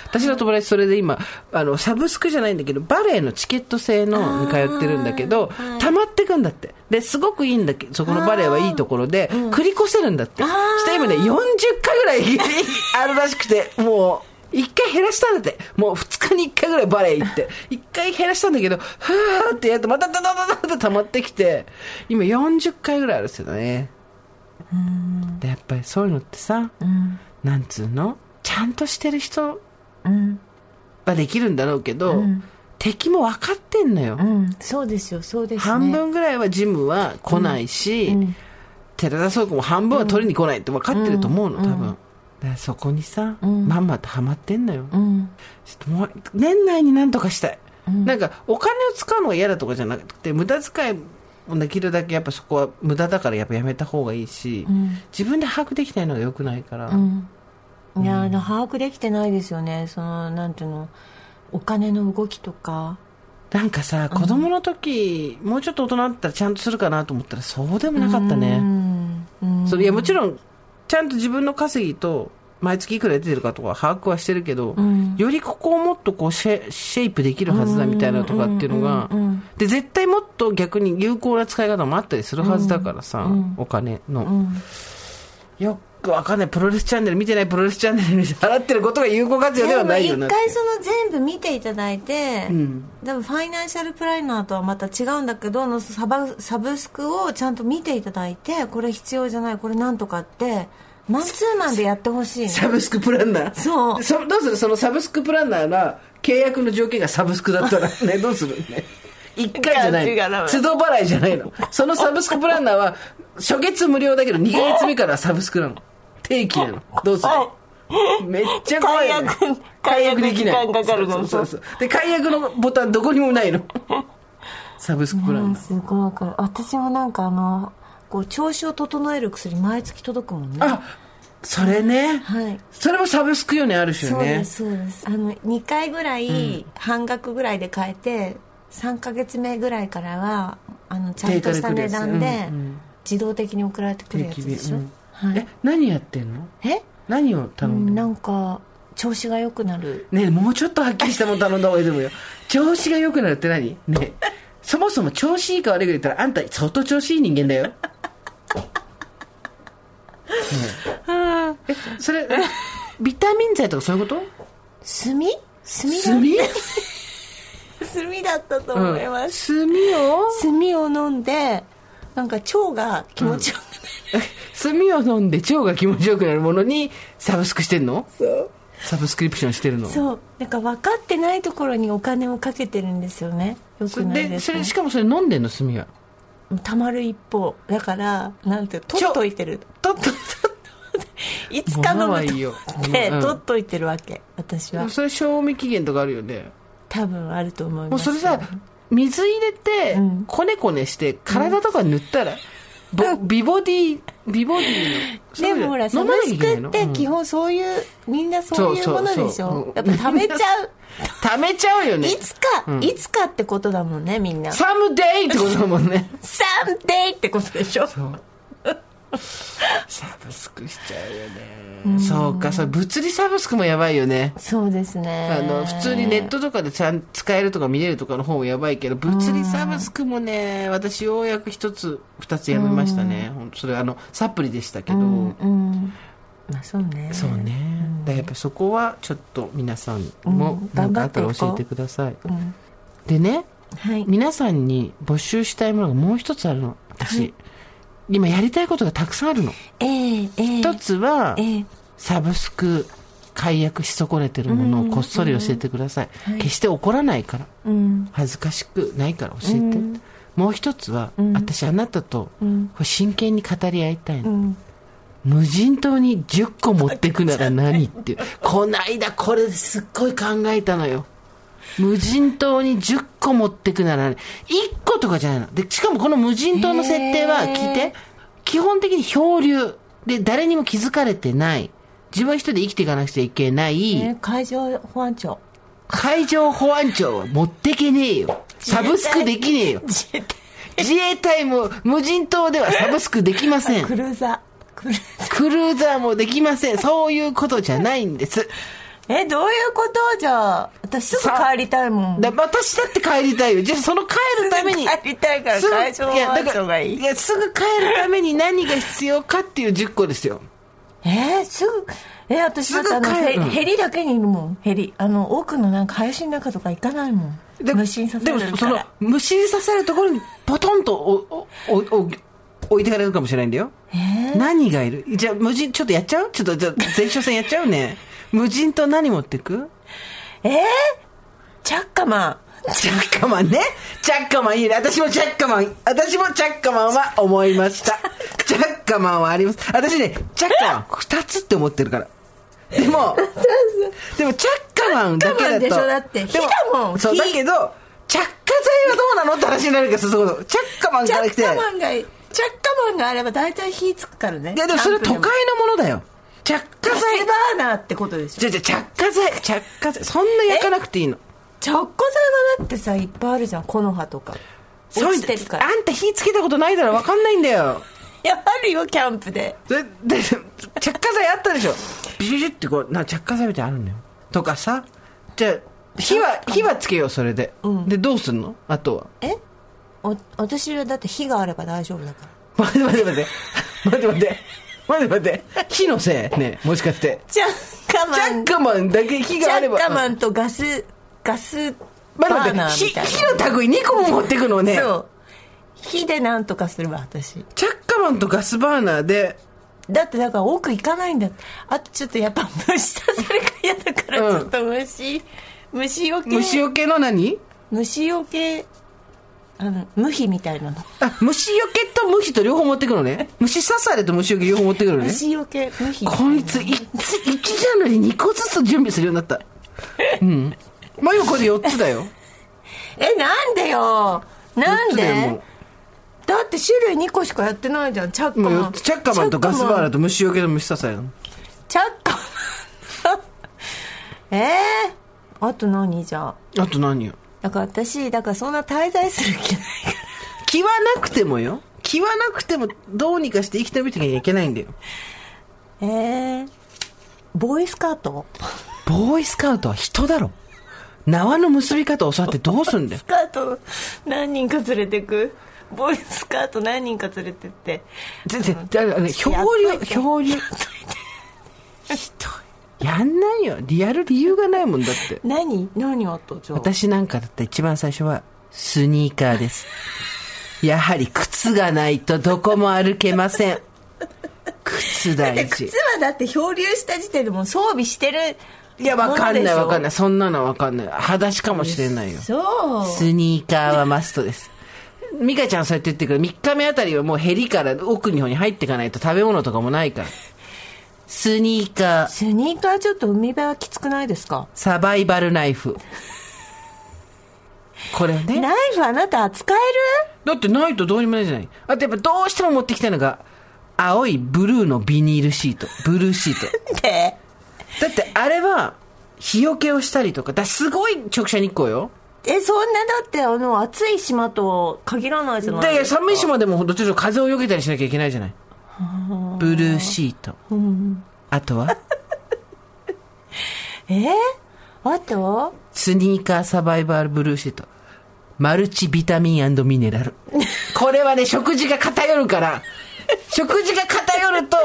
私の友達それで今、あの、サブスクじゃないんだけど、バレエのチケット制のに通ってるんだけど、溜まってくんだって。で、すごくいいんだけど、そこのバレエはいいところで、繰り越せるんだって。
あ
そ
ー
して今ね、40回ぐらい *laughs* あるらしくて、もう、一回減らしたんだって。もう二日に一回ぐらいバレエ行って。一回減らしたんだけど、ふーってやるとまたダダダダダって溜まってきて、今40回ぐらいあるっすよね。で、やっぱりそういうのってさ、なんつうのちゃんとしてる人はできるんだろうけど、敵も分かってんのよ、
うん、そうですよそうですね
半分ぐらいはジムは来ないし、寺田倉庫も半分は取りに来ないって分かってると思うの、多分。だからそこにさ、まんまとハマってんのよ、
うん
ちょっともう年内になんとかしたい、なんかお金を使うのが嫌だとかじゃなくて無駄遣いもできるだけやっぱそこは無駄だからやっぱやめた方がいいし、自分で把握できないのが良くないから、
いやあの把握できてないですよねそのなんていうのお金の動きとか
なんかさ子供の時、もうちょっと大人だったらちゃんとするかなと思ったらそうでもなかったね、
うんうん
それいやもちろんちゃんと自分の稼ぎと毎月いくら出てるかとか把握はしてるけど、
ん
よりここをもっとこうシェシェイプできるはずだみたいなとかっていうのが、
うんうんうんうん
で絶対もっと逆に有効な使い方もあったりするはずだからさ、お金の、よくわかんないプロレスチャンネル見てないプロレスチャンネルに払ってることが有効活用ではないよな
一
って
回その全部見ていただいて、
ん
多分ファイナンシャルプランナーとはまた違うんだけどあのサバサブスクをちゃんと見ていただいてこれ必要じゃないこれなんとかってマンツーマンでやってほしいの
サブスクプランナー
そう
そどうするそのサブスクプランナーが契約の条件がサブスクだったらねどうするね一回じゃない
一回違うな
都度払いじゃないのそのサブスクプランナーは初月無料だけど2ヶ月目からはサブスクなの定期なのどうするめっちゃ怖いよね、
解約解約時間かかるの
そうそうそうそうで解約のボタンどこにもないのサブスクプランナー
すごいわかる私もなんかあのこう調子を整える薬毎月届くもんね
あそれね、
はい
それもサブスクよねある種
そう
ね
ですそうですあの2回ぐらい半額ぐらいで買えて、3ヶ月目ぐらいからはあのちゃんとした値段で
定価で来るやつうんうん
自動的に送られてくるやつでしょ、
うん
はい
え、何やってんの
え、
何を
う
頼んで
ん、
んの
なんか調子が良くなる
ねえもうちょっとはっきりしたもの頼んだ方がいいと思うよ調子が良くなるって何ねえそもそも調子いいか悪いか言ったらあんた相当調子いい人間だよ、ねえ、えそれビタミン剤とかそういうこと
炭炭だ
炭
炭だったと
うん
思います、
炭を
炭を飲んでなんか腸が気持ちよく
炭を飲んで腸が気持ちよくなるものにサブスクしてんのサブスクリプションしてるの
そうなんか分かってないところにお金をかけてるんですよねよ
そ
く
れ
ない
で
で
そ
す
れ
ね
しかもそれ飲んでんの炭は
たまる一方だからなんて取っといてる取っ *laughs* といつか飲
物は
む
いいよ
とって
うん
取っといてるわけ私は
それ賞味期限とかあるよね
多分あると思います
もうそれさ水入れて
ん
こねこねして体とか塗ったら、ぼ美ボディ美ボディのそうじ
で
ゃん
もほらサ
飲
ブ
まなきゃ
ス
いけない
クっ
の
て
うん
基本そういうみんなそういう
そう
もの
そうそう
でしょ
うん
やっぱ食べちゃう
溜めちゃうよね
いつか、
うん
いつかってことだもんねみんな「サ
サムデイってことだもん
*laughs*
ね
ンデイ」ってことでしょ
そうサブスクしちゃうよねそうかそれ物理サブスクもやばいよね
そうですね
あの普通にネットとかでちゃん使えるとか見れるとかの方もやばいけど物理サブスクもね私ようやく一つ二つやめましたねほんとそれあのサプリでしたけど、
うんまあそうね
そうね、だからやっぱそこはちょっと皆さんも
うん
何かあった
頑張
ら
っていこう
教えてください、
ん
でね
はい
皆さんに募集したいものがもう一つあるの私、今やりたいことがたくさんあるの
ええええ
一つは、
ええ
サブスク解約し損ねてるものをこっそり教えてください、決して怒らないから
うん
恥ずかしくないから教えて、もう一つは、私あなたとこれ真剣に語り合いたいの、
ん
無人島に10個持ってくなら何っていうこないだこれすっごい考えたのよ無人島に10個持ってくなら何1個とかじゃないのでしかもこの無人島の設定は
へー
聞いて基本的に漂流で誰にも気づかれてない自分一人で生きていかなくちゃいけない、
え海上保安庁
海上保安庁は持ってけねえよ。サブスクできねえよ。自衛隊も無人島ではサブスクでき
*laughs*
ません
ク。ルーザークルーザー
クルーザーもできません。そういうことじゃないんです。
えどういうことじゃあ私すぐ帰りたいもん
だ私だって帰りたいよ。じゃあその帰るために。
帰りたいから
すぐ
会場保安庁がい
やだから
い
いや、すぐ帰るために何が必要かっていう10個ですよ。
えー、すぐえ私だってあの
すぐ帰
ヘ
る
リヘリだけにいるもんヘリあの奥のなんか林の中とか行かないもん
で
無心させられ
で
る
も
か
その
ら、
無心させるところにポトンとおおおお置いてかれるかもしれないんだよ。何がいるじゃあ、無人、ちょっとやっちゃうちょっと、じゃあ、前哨戦やっちゃうね。無人島何持ってく
えー、チャッカマン
チャッカマンね。チャッカマンいいね。私もチャッカマン、私もチャッカマンは思いました。チャッカマンはあります。私ね、チャッカマン二つって思ってるから。でも、でもチャッカマンだけだと。
チャッカマンでしょだって
でも
火だもん
そう、
火
だけど、着火剤はどうなのって話になるから、そうそうそう。チャッカマン
チ
か
ャ
ら来
ッ
て。
カマンがチャッカマンがあれば大体火つくからね
いや、でもそれは都会のものだよ。着火
ガス
剤。
バーナーってことでしょ
じゃじゃ着火剤、着火剤。そんな焼かなくていいの。
着火剤はだってさいっぱいあるじゃん木の葉とか
そう
落ちてるから
あんた火つけたことないだろ、わかんないんだよ。
いやあるよキャンプで
で、で、着火剤あったでしょ。ビシュビシュってこう、な、着火剤みたいなのあるんだよ。とかさ、じゃあ火は、火はつけよう、それで。で、どうすんのあとは。
えお私はだって火があれば大丈夫だから
待って待って待って。待って待って。待って待って。火のせいねえもしかして。
チャッカ
チ
マ
ャッ
ン
カマンだけ火
チ
があれ
ャ
ば。
ッカマンとガスガスバ
まだ
ー
待
ナ
って
ーみ
火
たいな
火の類2個も持ってくのね
そう火でなんとかするわ私
チャッカマンとガスバーナーで
だってだから奥行かないんだってあとちょっとやっぱ虫刺されが嫌だから
うん
ちょっと虫、虫よけ
虫よけの何
虫よけあの無比みたいなの
あ虫よけと無比と両方持ってくのね虫刺されと虫よけ両方持ってくのね
虫よけ無比
こいついつ1じゃのに2個ずつ準備するようになったうん真横で4つだよ
えなんでよなん
四つだよも
で
う
だって種類2個しかやってないじゃんチャッカ
もう
マ
四
ン
つチャッカマンとガスバーナーと虫よけと虫刺されの
チャッカマン *laughs* えー、あと何じゃあ
あと何よ
だから私だからそんな滞在する気ないから
気はなくてもよ気はなくてもどうにかして生き延びてきゃいけないんだよ
えー、ボーイスカート
ボーイスカウトは人だろ縄の結び方を教わってどうすんだよ
スカート何人か連れてくボーイスカート何人か連れてって
だってだからね漂
やっと
流
いて
漂流やんないよリアル理由がないもんだって
何何あったじゃあ
私なんかだって一番最初はスニーカ
*laughs*
ーですやはり靴がないとどこも歩け
*laughs*
ません靴大
で
事
靴はだって漂流した時点でもう装備してる
いやわかんないわかんないいそんなのわかんない裸足かもしれないよ
そう
スニーカーはマストです美香ちゃんそうやって言ってるけど3日目あたりはもうヘリから奥の方に入っていかないと食べ物とかもないからスニーカー
スニーカーちょっと海辺はきつくないですか
サバイバルナイフ。これをね。
ナイフあなた扱える
だってないとどうにもないじゃない。あとやっぱどうしても持ってきたのが、青いブルーのビニールシート。ブルーシート。
って
だってあれは、日よけをしたりとか、だすごい直射日光よ。
えそんなだってあの暑い島と限らないじゃない
で、寒い島でもどっちらか風をよけたりしなきゃいけないじゃない。ブルーシート。あとは、
えあと
スニーカーサバイバルブルーシート。マルチビタミンミネラル。これはね、食事が偏るから。食事が偏ると、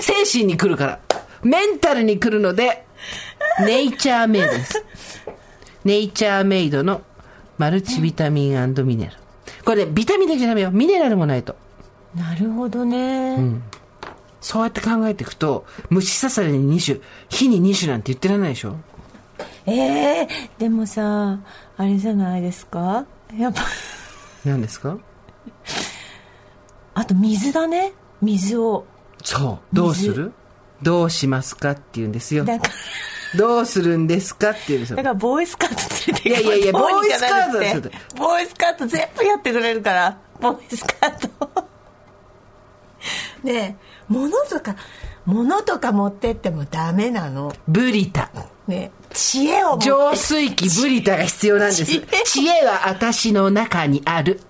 精神に来るから。メンタルに来るので、ネイチャーメイドです。ネイチャーメイドのマルチビタミンミネラル。これね、ビタミンだけじゃダメよ。ミネラルもないと。
なるほどね、
そうやって考えていくと、虫刺されに2種、火に2種なんて言ってられないでしょ
えー、でもさあれじゃないですかやっぱ
何ですか
あと水だね水を
そう。どうするどうしますかって言うんですよ。
だか
どうするんですかって言うんです
らだから
よ。
ボーイスカート連れて
いやいやいや
どうにかなるって
ボーイスカートです
ボーイスカート全部やってくれるからボーイスカートねえ物とか物とか持ってってもダメなの
ブリタ。
ねえ知恵を持っ
浄水器ブリタが必要なんです。
知恵
知恵は私の中にある。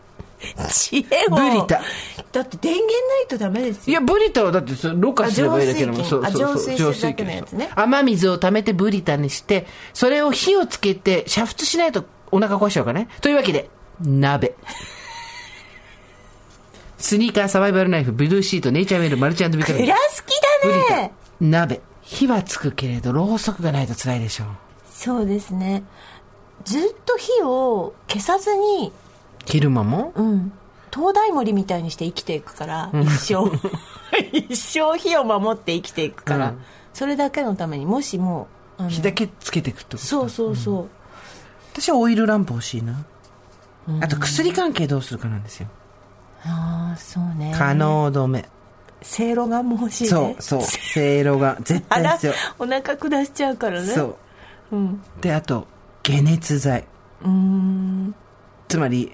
知恵を
ブリタ
だって電源ないとダメです
い
よ
や、ブリタはだってそれ、ろ過すればいいだけなの
あ浄水器
そうそう
あ浄
そう。
水してるだけのやつね
そう雨水を溜めてブリタにして、それを火をつけて、煮沸しないとお腹壊しちゃうからね。というわけで、鍋。スニーカー、サバイバルナイフ、ブルーシート、ネイチャーメール、マルチビタミン
裏。好きだね
鍋火はつくけれどろうそくがないと辛いでしょう
そうですねずっと火を消さずに
昼間も、
うん灯台森みたいにして生きていくから一
*laughs*
生一生火を守って生きていくから、
うん
それだけのためにもしもう
火だけつけていくってこと
そうそうそう、
私はオイルランプ欲しいな、あと薬関係どうするかなんですよ
ああそうね
可能止め
せいろがも欲しいね
そうそうせいろが絶
あ
対
ら
*laughs* 必要
お腹下しちゃうからね
そう、であと解熱剤つまり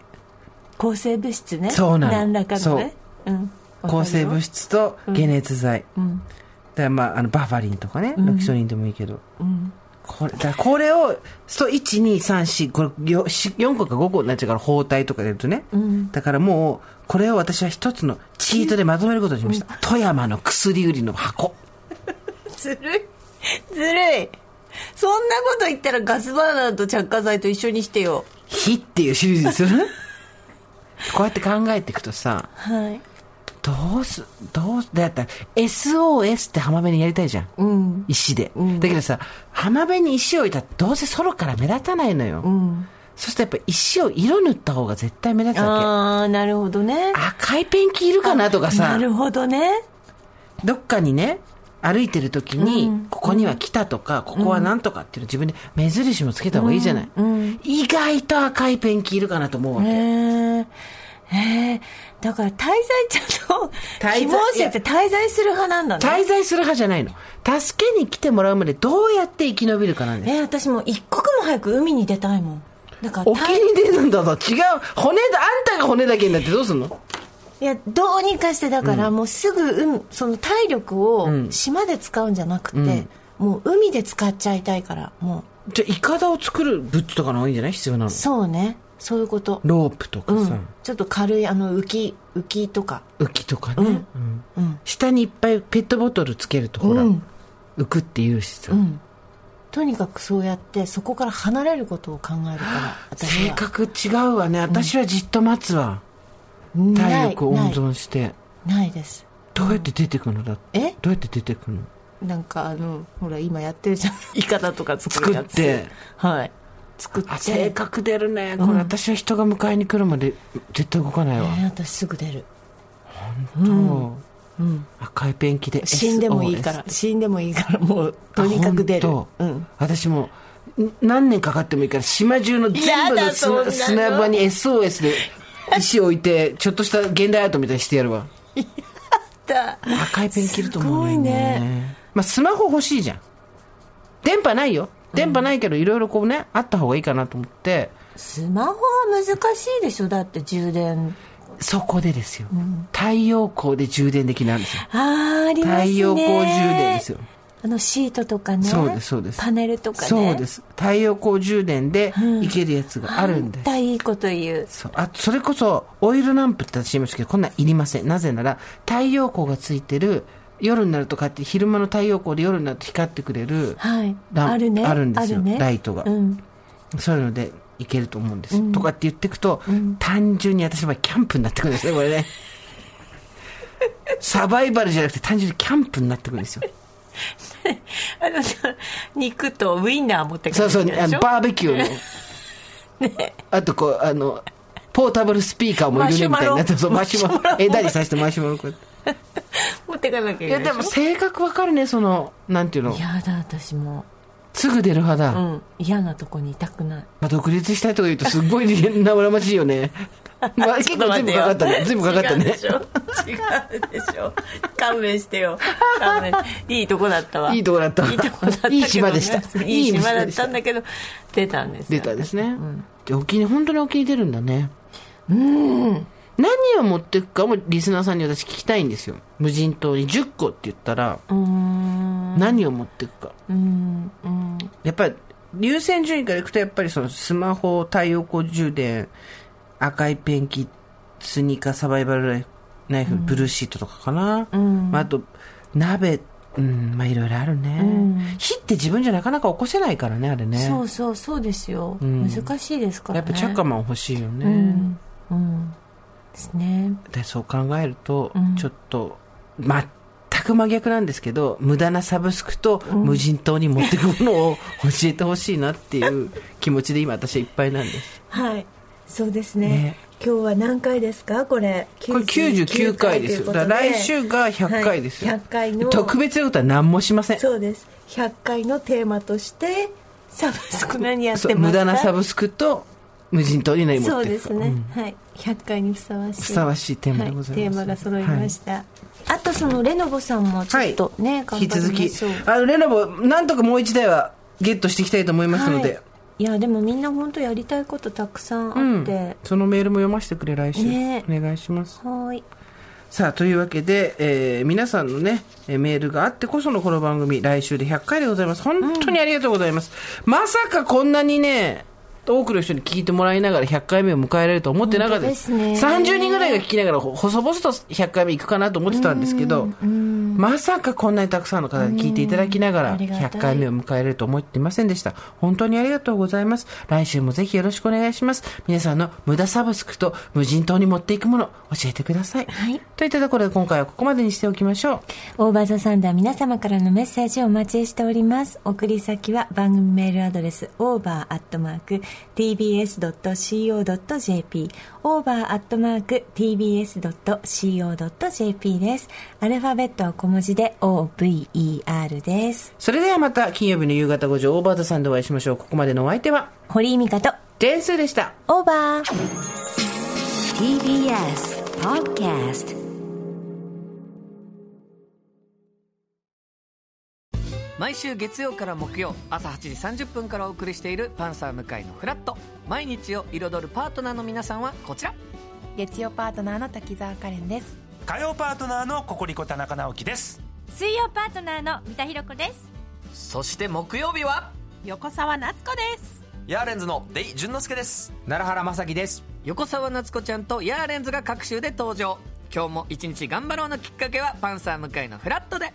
抗生物質ね
そうなの
何らかのねうん
抗生
質
物質と解熱剤、だからまああのバファリンとかね、ロキソニンでもいいけど、これだからこれをそう1234これ 4, 4個か5個になっちゃうから包帯とかでるとね、だからもうこれを私は一つのチートでまとめることにしました、富山の薬売りの箱
ずるいずるいそんなこと言ったらガスバーナーと着火剤と一緒にしてよ
「火」っていうシリーズにするこうやって考えていくとさ
はい
どうすどうすだったら SOS って浜辺にやりたいじゃん、石で、だけどさ浜辺に石を置いたらどうせソロから目立たないのよ、そしてやっぱ石を色塗った方が絶対目立つわ
ああなるほどね
け赤いペンキいるかなとか
な
さ
るほどね
どっかにね歩いてる時に、ここには来たとか、ここはなんとかっていうの自分で目印もつけた方がいいじゃない、意外と赤いペンキいるかなと思うわけ、
へえへえだから滞在ちゃんと
滞在
希望生って滞在する派なんだね
滞在する派じゃないの助けに来てもらうまでどうやって生き延びるかなんです
えー私もう一刻も早く海に出たいもんだから
沖に出るんだぞ違う骨だあんたが骨だけになってどうすんの
いやどうにかしてだから、もうすぐ海その体力を島で使うんじゃなくて、もう海で使っちゃいたいからも
じゃあイカダを作るグッズとかの方がいいんじゃない必要なの
うそうねそういうこと
ロープとか
う
さ、
んちょっと軽いあの浮き浮きとか
浮きとかね、うん下にいっぱいペットボトルつけるとほら、浮くって言うしさ、
とにかくそうやってそこから離れることを考えるから私
性
は
格違うわね私はじっと待つわ、体力を温存して
ないないです
どうやって出てくのだって
え
どうやって出てくの
なんかあのほら今やってるじゃんイカダとか作る
作
や
っ
つ
て
はい作っ
あ
て、
性格出るねこれ私は人が迎えに来るまで絶対動かないわ、
えー私すぐ出る
と、赤いペンキで SOS
死んでもいいから死んでもいいからもうとにかく出る
あ本当
うん
私もん何年かかってもいいから島中の全部
や
の
だそんなの
砂砂場に SOS で石を置いてちょっとした現代アートみたいにしてやるわ
だ
赤いペン切ると思うよ
すごい
ねまあ、スマホ欲しいじゃん電波ないよ電波ないけどいろいろこうねあった方がいいかなと思って
スマホは難しいでしょだって充電
そこでですよ、太陽光で充電できなんですよ
あーありますね
太陽光充電ですよ
あのシートとかね
そうですそうです
パネルとかね
そうですす太陽光充電でいけるやつがあるんです、
だいいこと言う
そうあそれこそオイルランプって私言いましたけどこんなんいりませんなぜなら太陽光がついてる夜になるとかって昼間の太陽光で夜になると光ってくれる、
はい
ラン
あるね
あるんですよ
あるね
ライトが、
うん
そういうのでいけると思うんです、とかって言っていくと、単純に私の場合キャンプになってくるんですねこれ *laughs* ねサバイバルじゃなくて単純にキャンプになってくるんです *laughs* よ
あの肉とウインナー持って帰
そう
る
そう、
で
あ
し
の
ょ
バーベキューの。あとこう、あの、ポータブルスピーカーもいるねみたいになって、そうマシュマロ、枝に刺してマシュマロこうやっ
持ってかなきゃ
て。
い
い
け
や、
ないでし
で
ょ
も性格わかるね、その、なんていうの。
やだ私も
すぐ出る派だ。
う
ま
ん嫌なとこにいたくない
あ、独立したいとか言うと、すっ *laughs* ごい生々しいよね。まあ、結構全部かかったね。全部かかった
違う
ね
で。しょ *laughs* 違うでしょ勘弁してよ勘弁いいとこだったわ
いいとこだったわ
いいとこだったけどね
いい島でした
いい
いい島
島だ
で
っ
した
たんだけど出たんです
出
よ
たですね。で、沖に、本当に沖に出るんだね。うん。何を持っていくかもリスナーさんに私聞きたいんですよ。無人島に10個って言ったら、
うーん
何を持っていくか。
うんうん
やっぱり優先順位からいくとやっぱりそのスマホ太陽光充電赤いペンキスニーカーサバイバルライフナイフ、ブルーシートとかかな、まあ、あと鍋うんまあいろいろあるね、火って自分じゃなかなか起こせないからねあれね
そうそうそうですよ、難しいですから
やっ
ね
ぱチャッカマン欲しいよね、
ですね
でそう考えると、ちょっと全く真逆なんですけど無駄なサブスクと無人島に持ってくものを教えてほしいなっていう気持ちで今私はいっぱいなんです
はいそうですね
ね
今日は何回ですかこれ
これ99回ですよだから来週が100回ですよ、
はい100回の
特別なことは何もしません
そうです100回のテーマとしてサブスク何やっ
そう
てますか
無駄なサブスクと無人島に何も
そ
っ
う
て
で
る
すね、はい100回にふさわしい
ふさわしいテーマでござ
は
います
テーマが揃いました、あとそのレノボさんもちょっとね、頑張
引き続
りま
き
しょう
あのレノボなんとかもう一台はゲットしていきたいと思いますので、
い、いやでもみんな本当やりたいことたくさんあって、
そのメールも読ませてくれ来週、
ね
お願いします
はーい
さあというわけで、えー皆さんのねえーメールがあってこそのこの番組来週で100回でございます本当にありがとうございます、まさかこんなにね多くの人に聞いてもらいながら100回目を迎えられると思ってなかったです
本当ですね
30人ぐらいが聞きながらほ細々と100回目いくかなと思ってたんですけど、まさかこんなにたくさんの方に聞いていただきなが
うん
ら
ありがたい
100回目を迎えると思っていませんでした本当にありがとうございます来週もぜひよろしくお願いします皆さんの無駄サブスクと無人島に持っていくもの教えてください、
はい
といったところで今回はここまでにしておきましょう
オーバーザサンダー皆様からのメッセージをお待ちしております。送り先は番組メールアドレス over.tbs.co.jp over.tbs.co.jp です。アルファベットは小文字で over です。
それではまた金曜日の夕方5時オーバーザさんでお会いしましょうここまでのお相手は
堀井美香と
ジェーンスーでした
オーバー
TBS Podcast
毎週月曜から木曜朝8時30分からお送りしている「パンサー向井のフラット」毎日を彩るパートナーの皆さんはこちら
月曜パートナーの滝沢カレンです
火曜パートナーのココリコ田中直樹です
水曜パートナーの三田寛子です
そして木曜日は
横澤夏子です
ヤーレンズのデイ淳之介です奈良原雅樹です
横澤夏子ちゃんとヤーレンズが各週で登場今日も一日頑張ろうのきっかけは「パンサー向井のフラットで」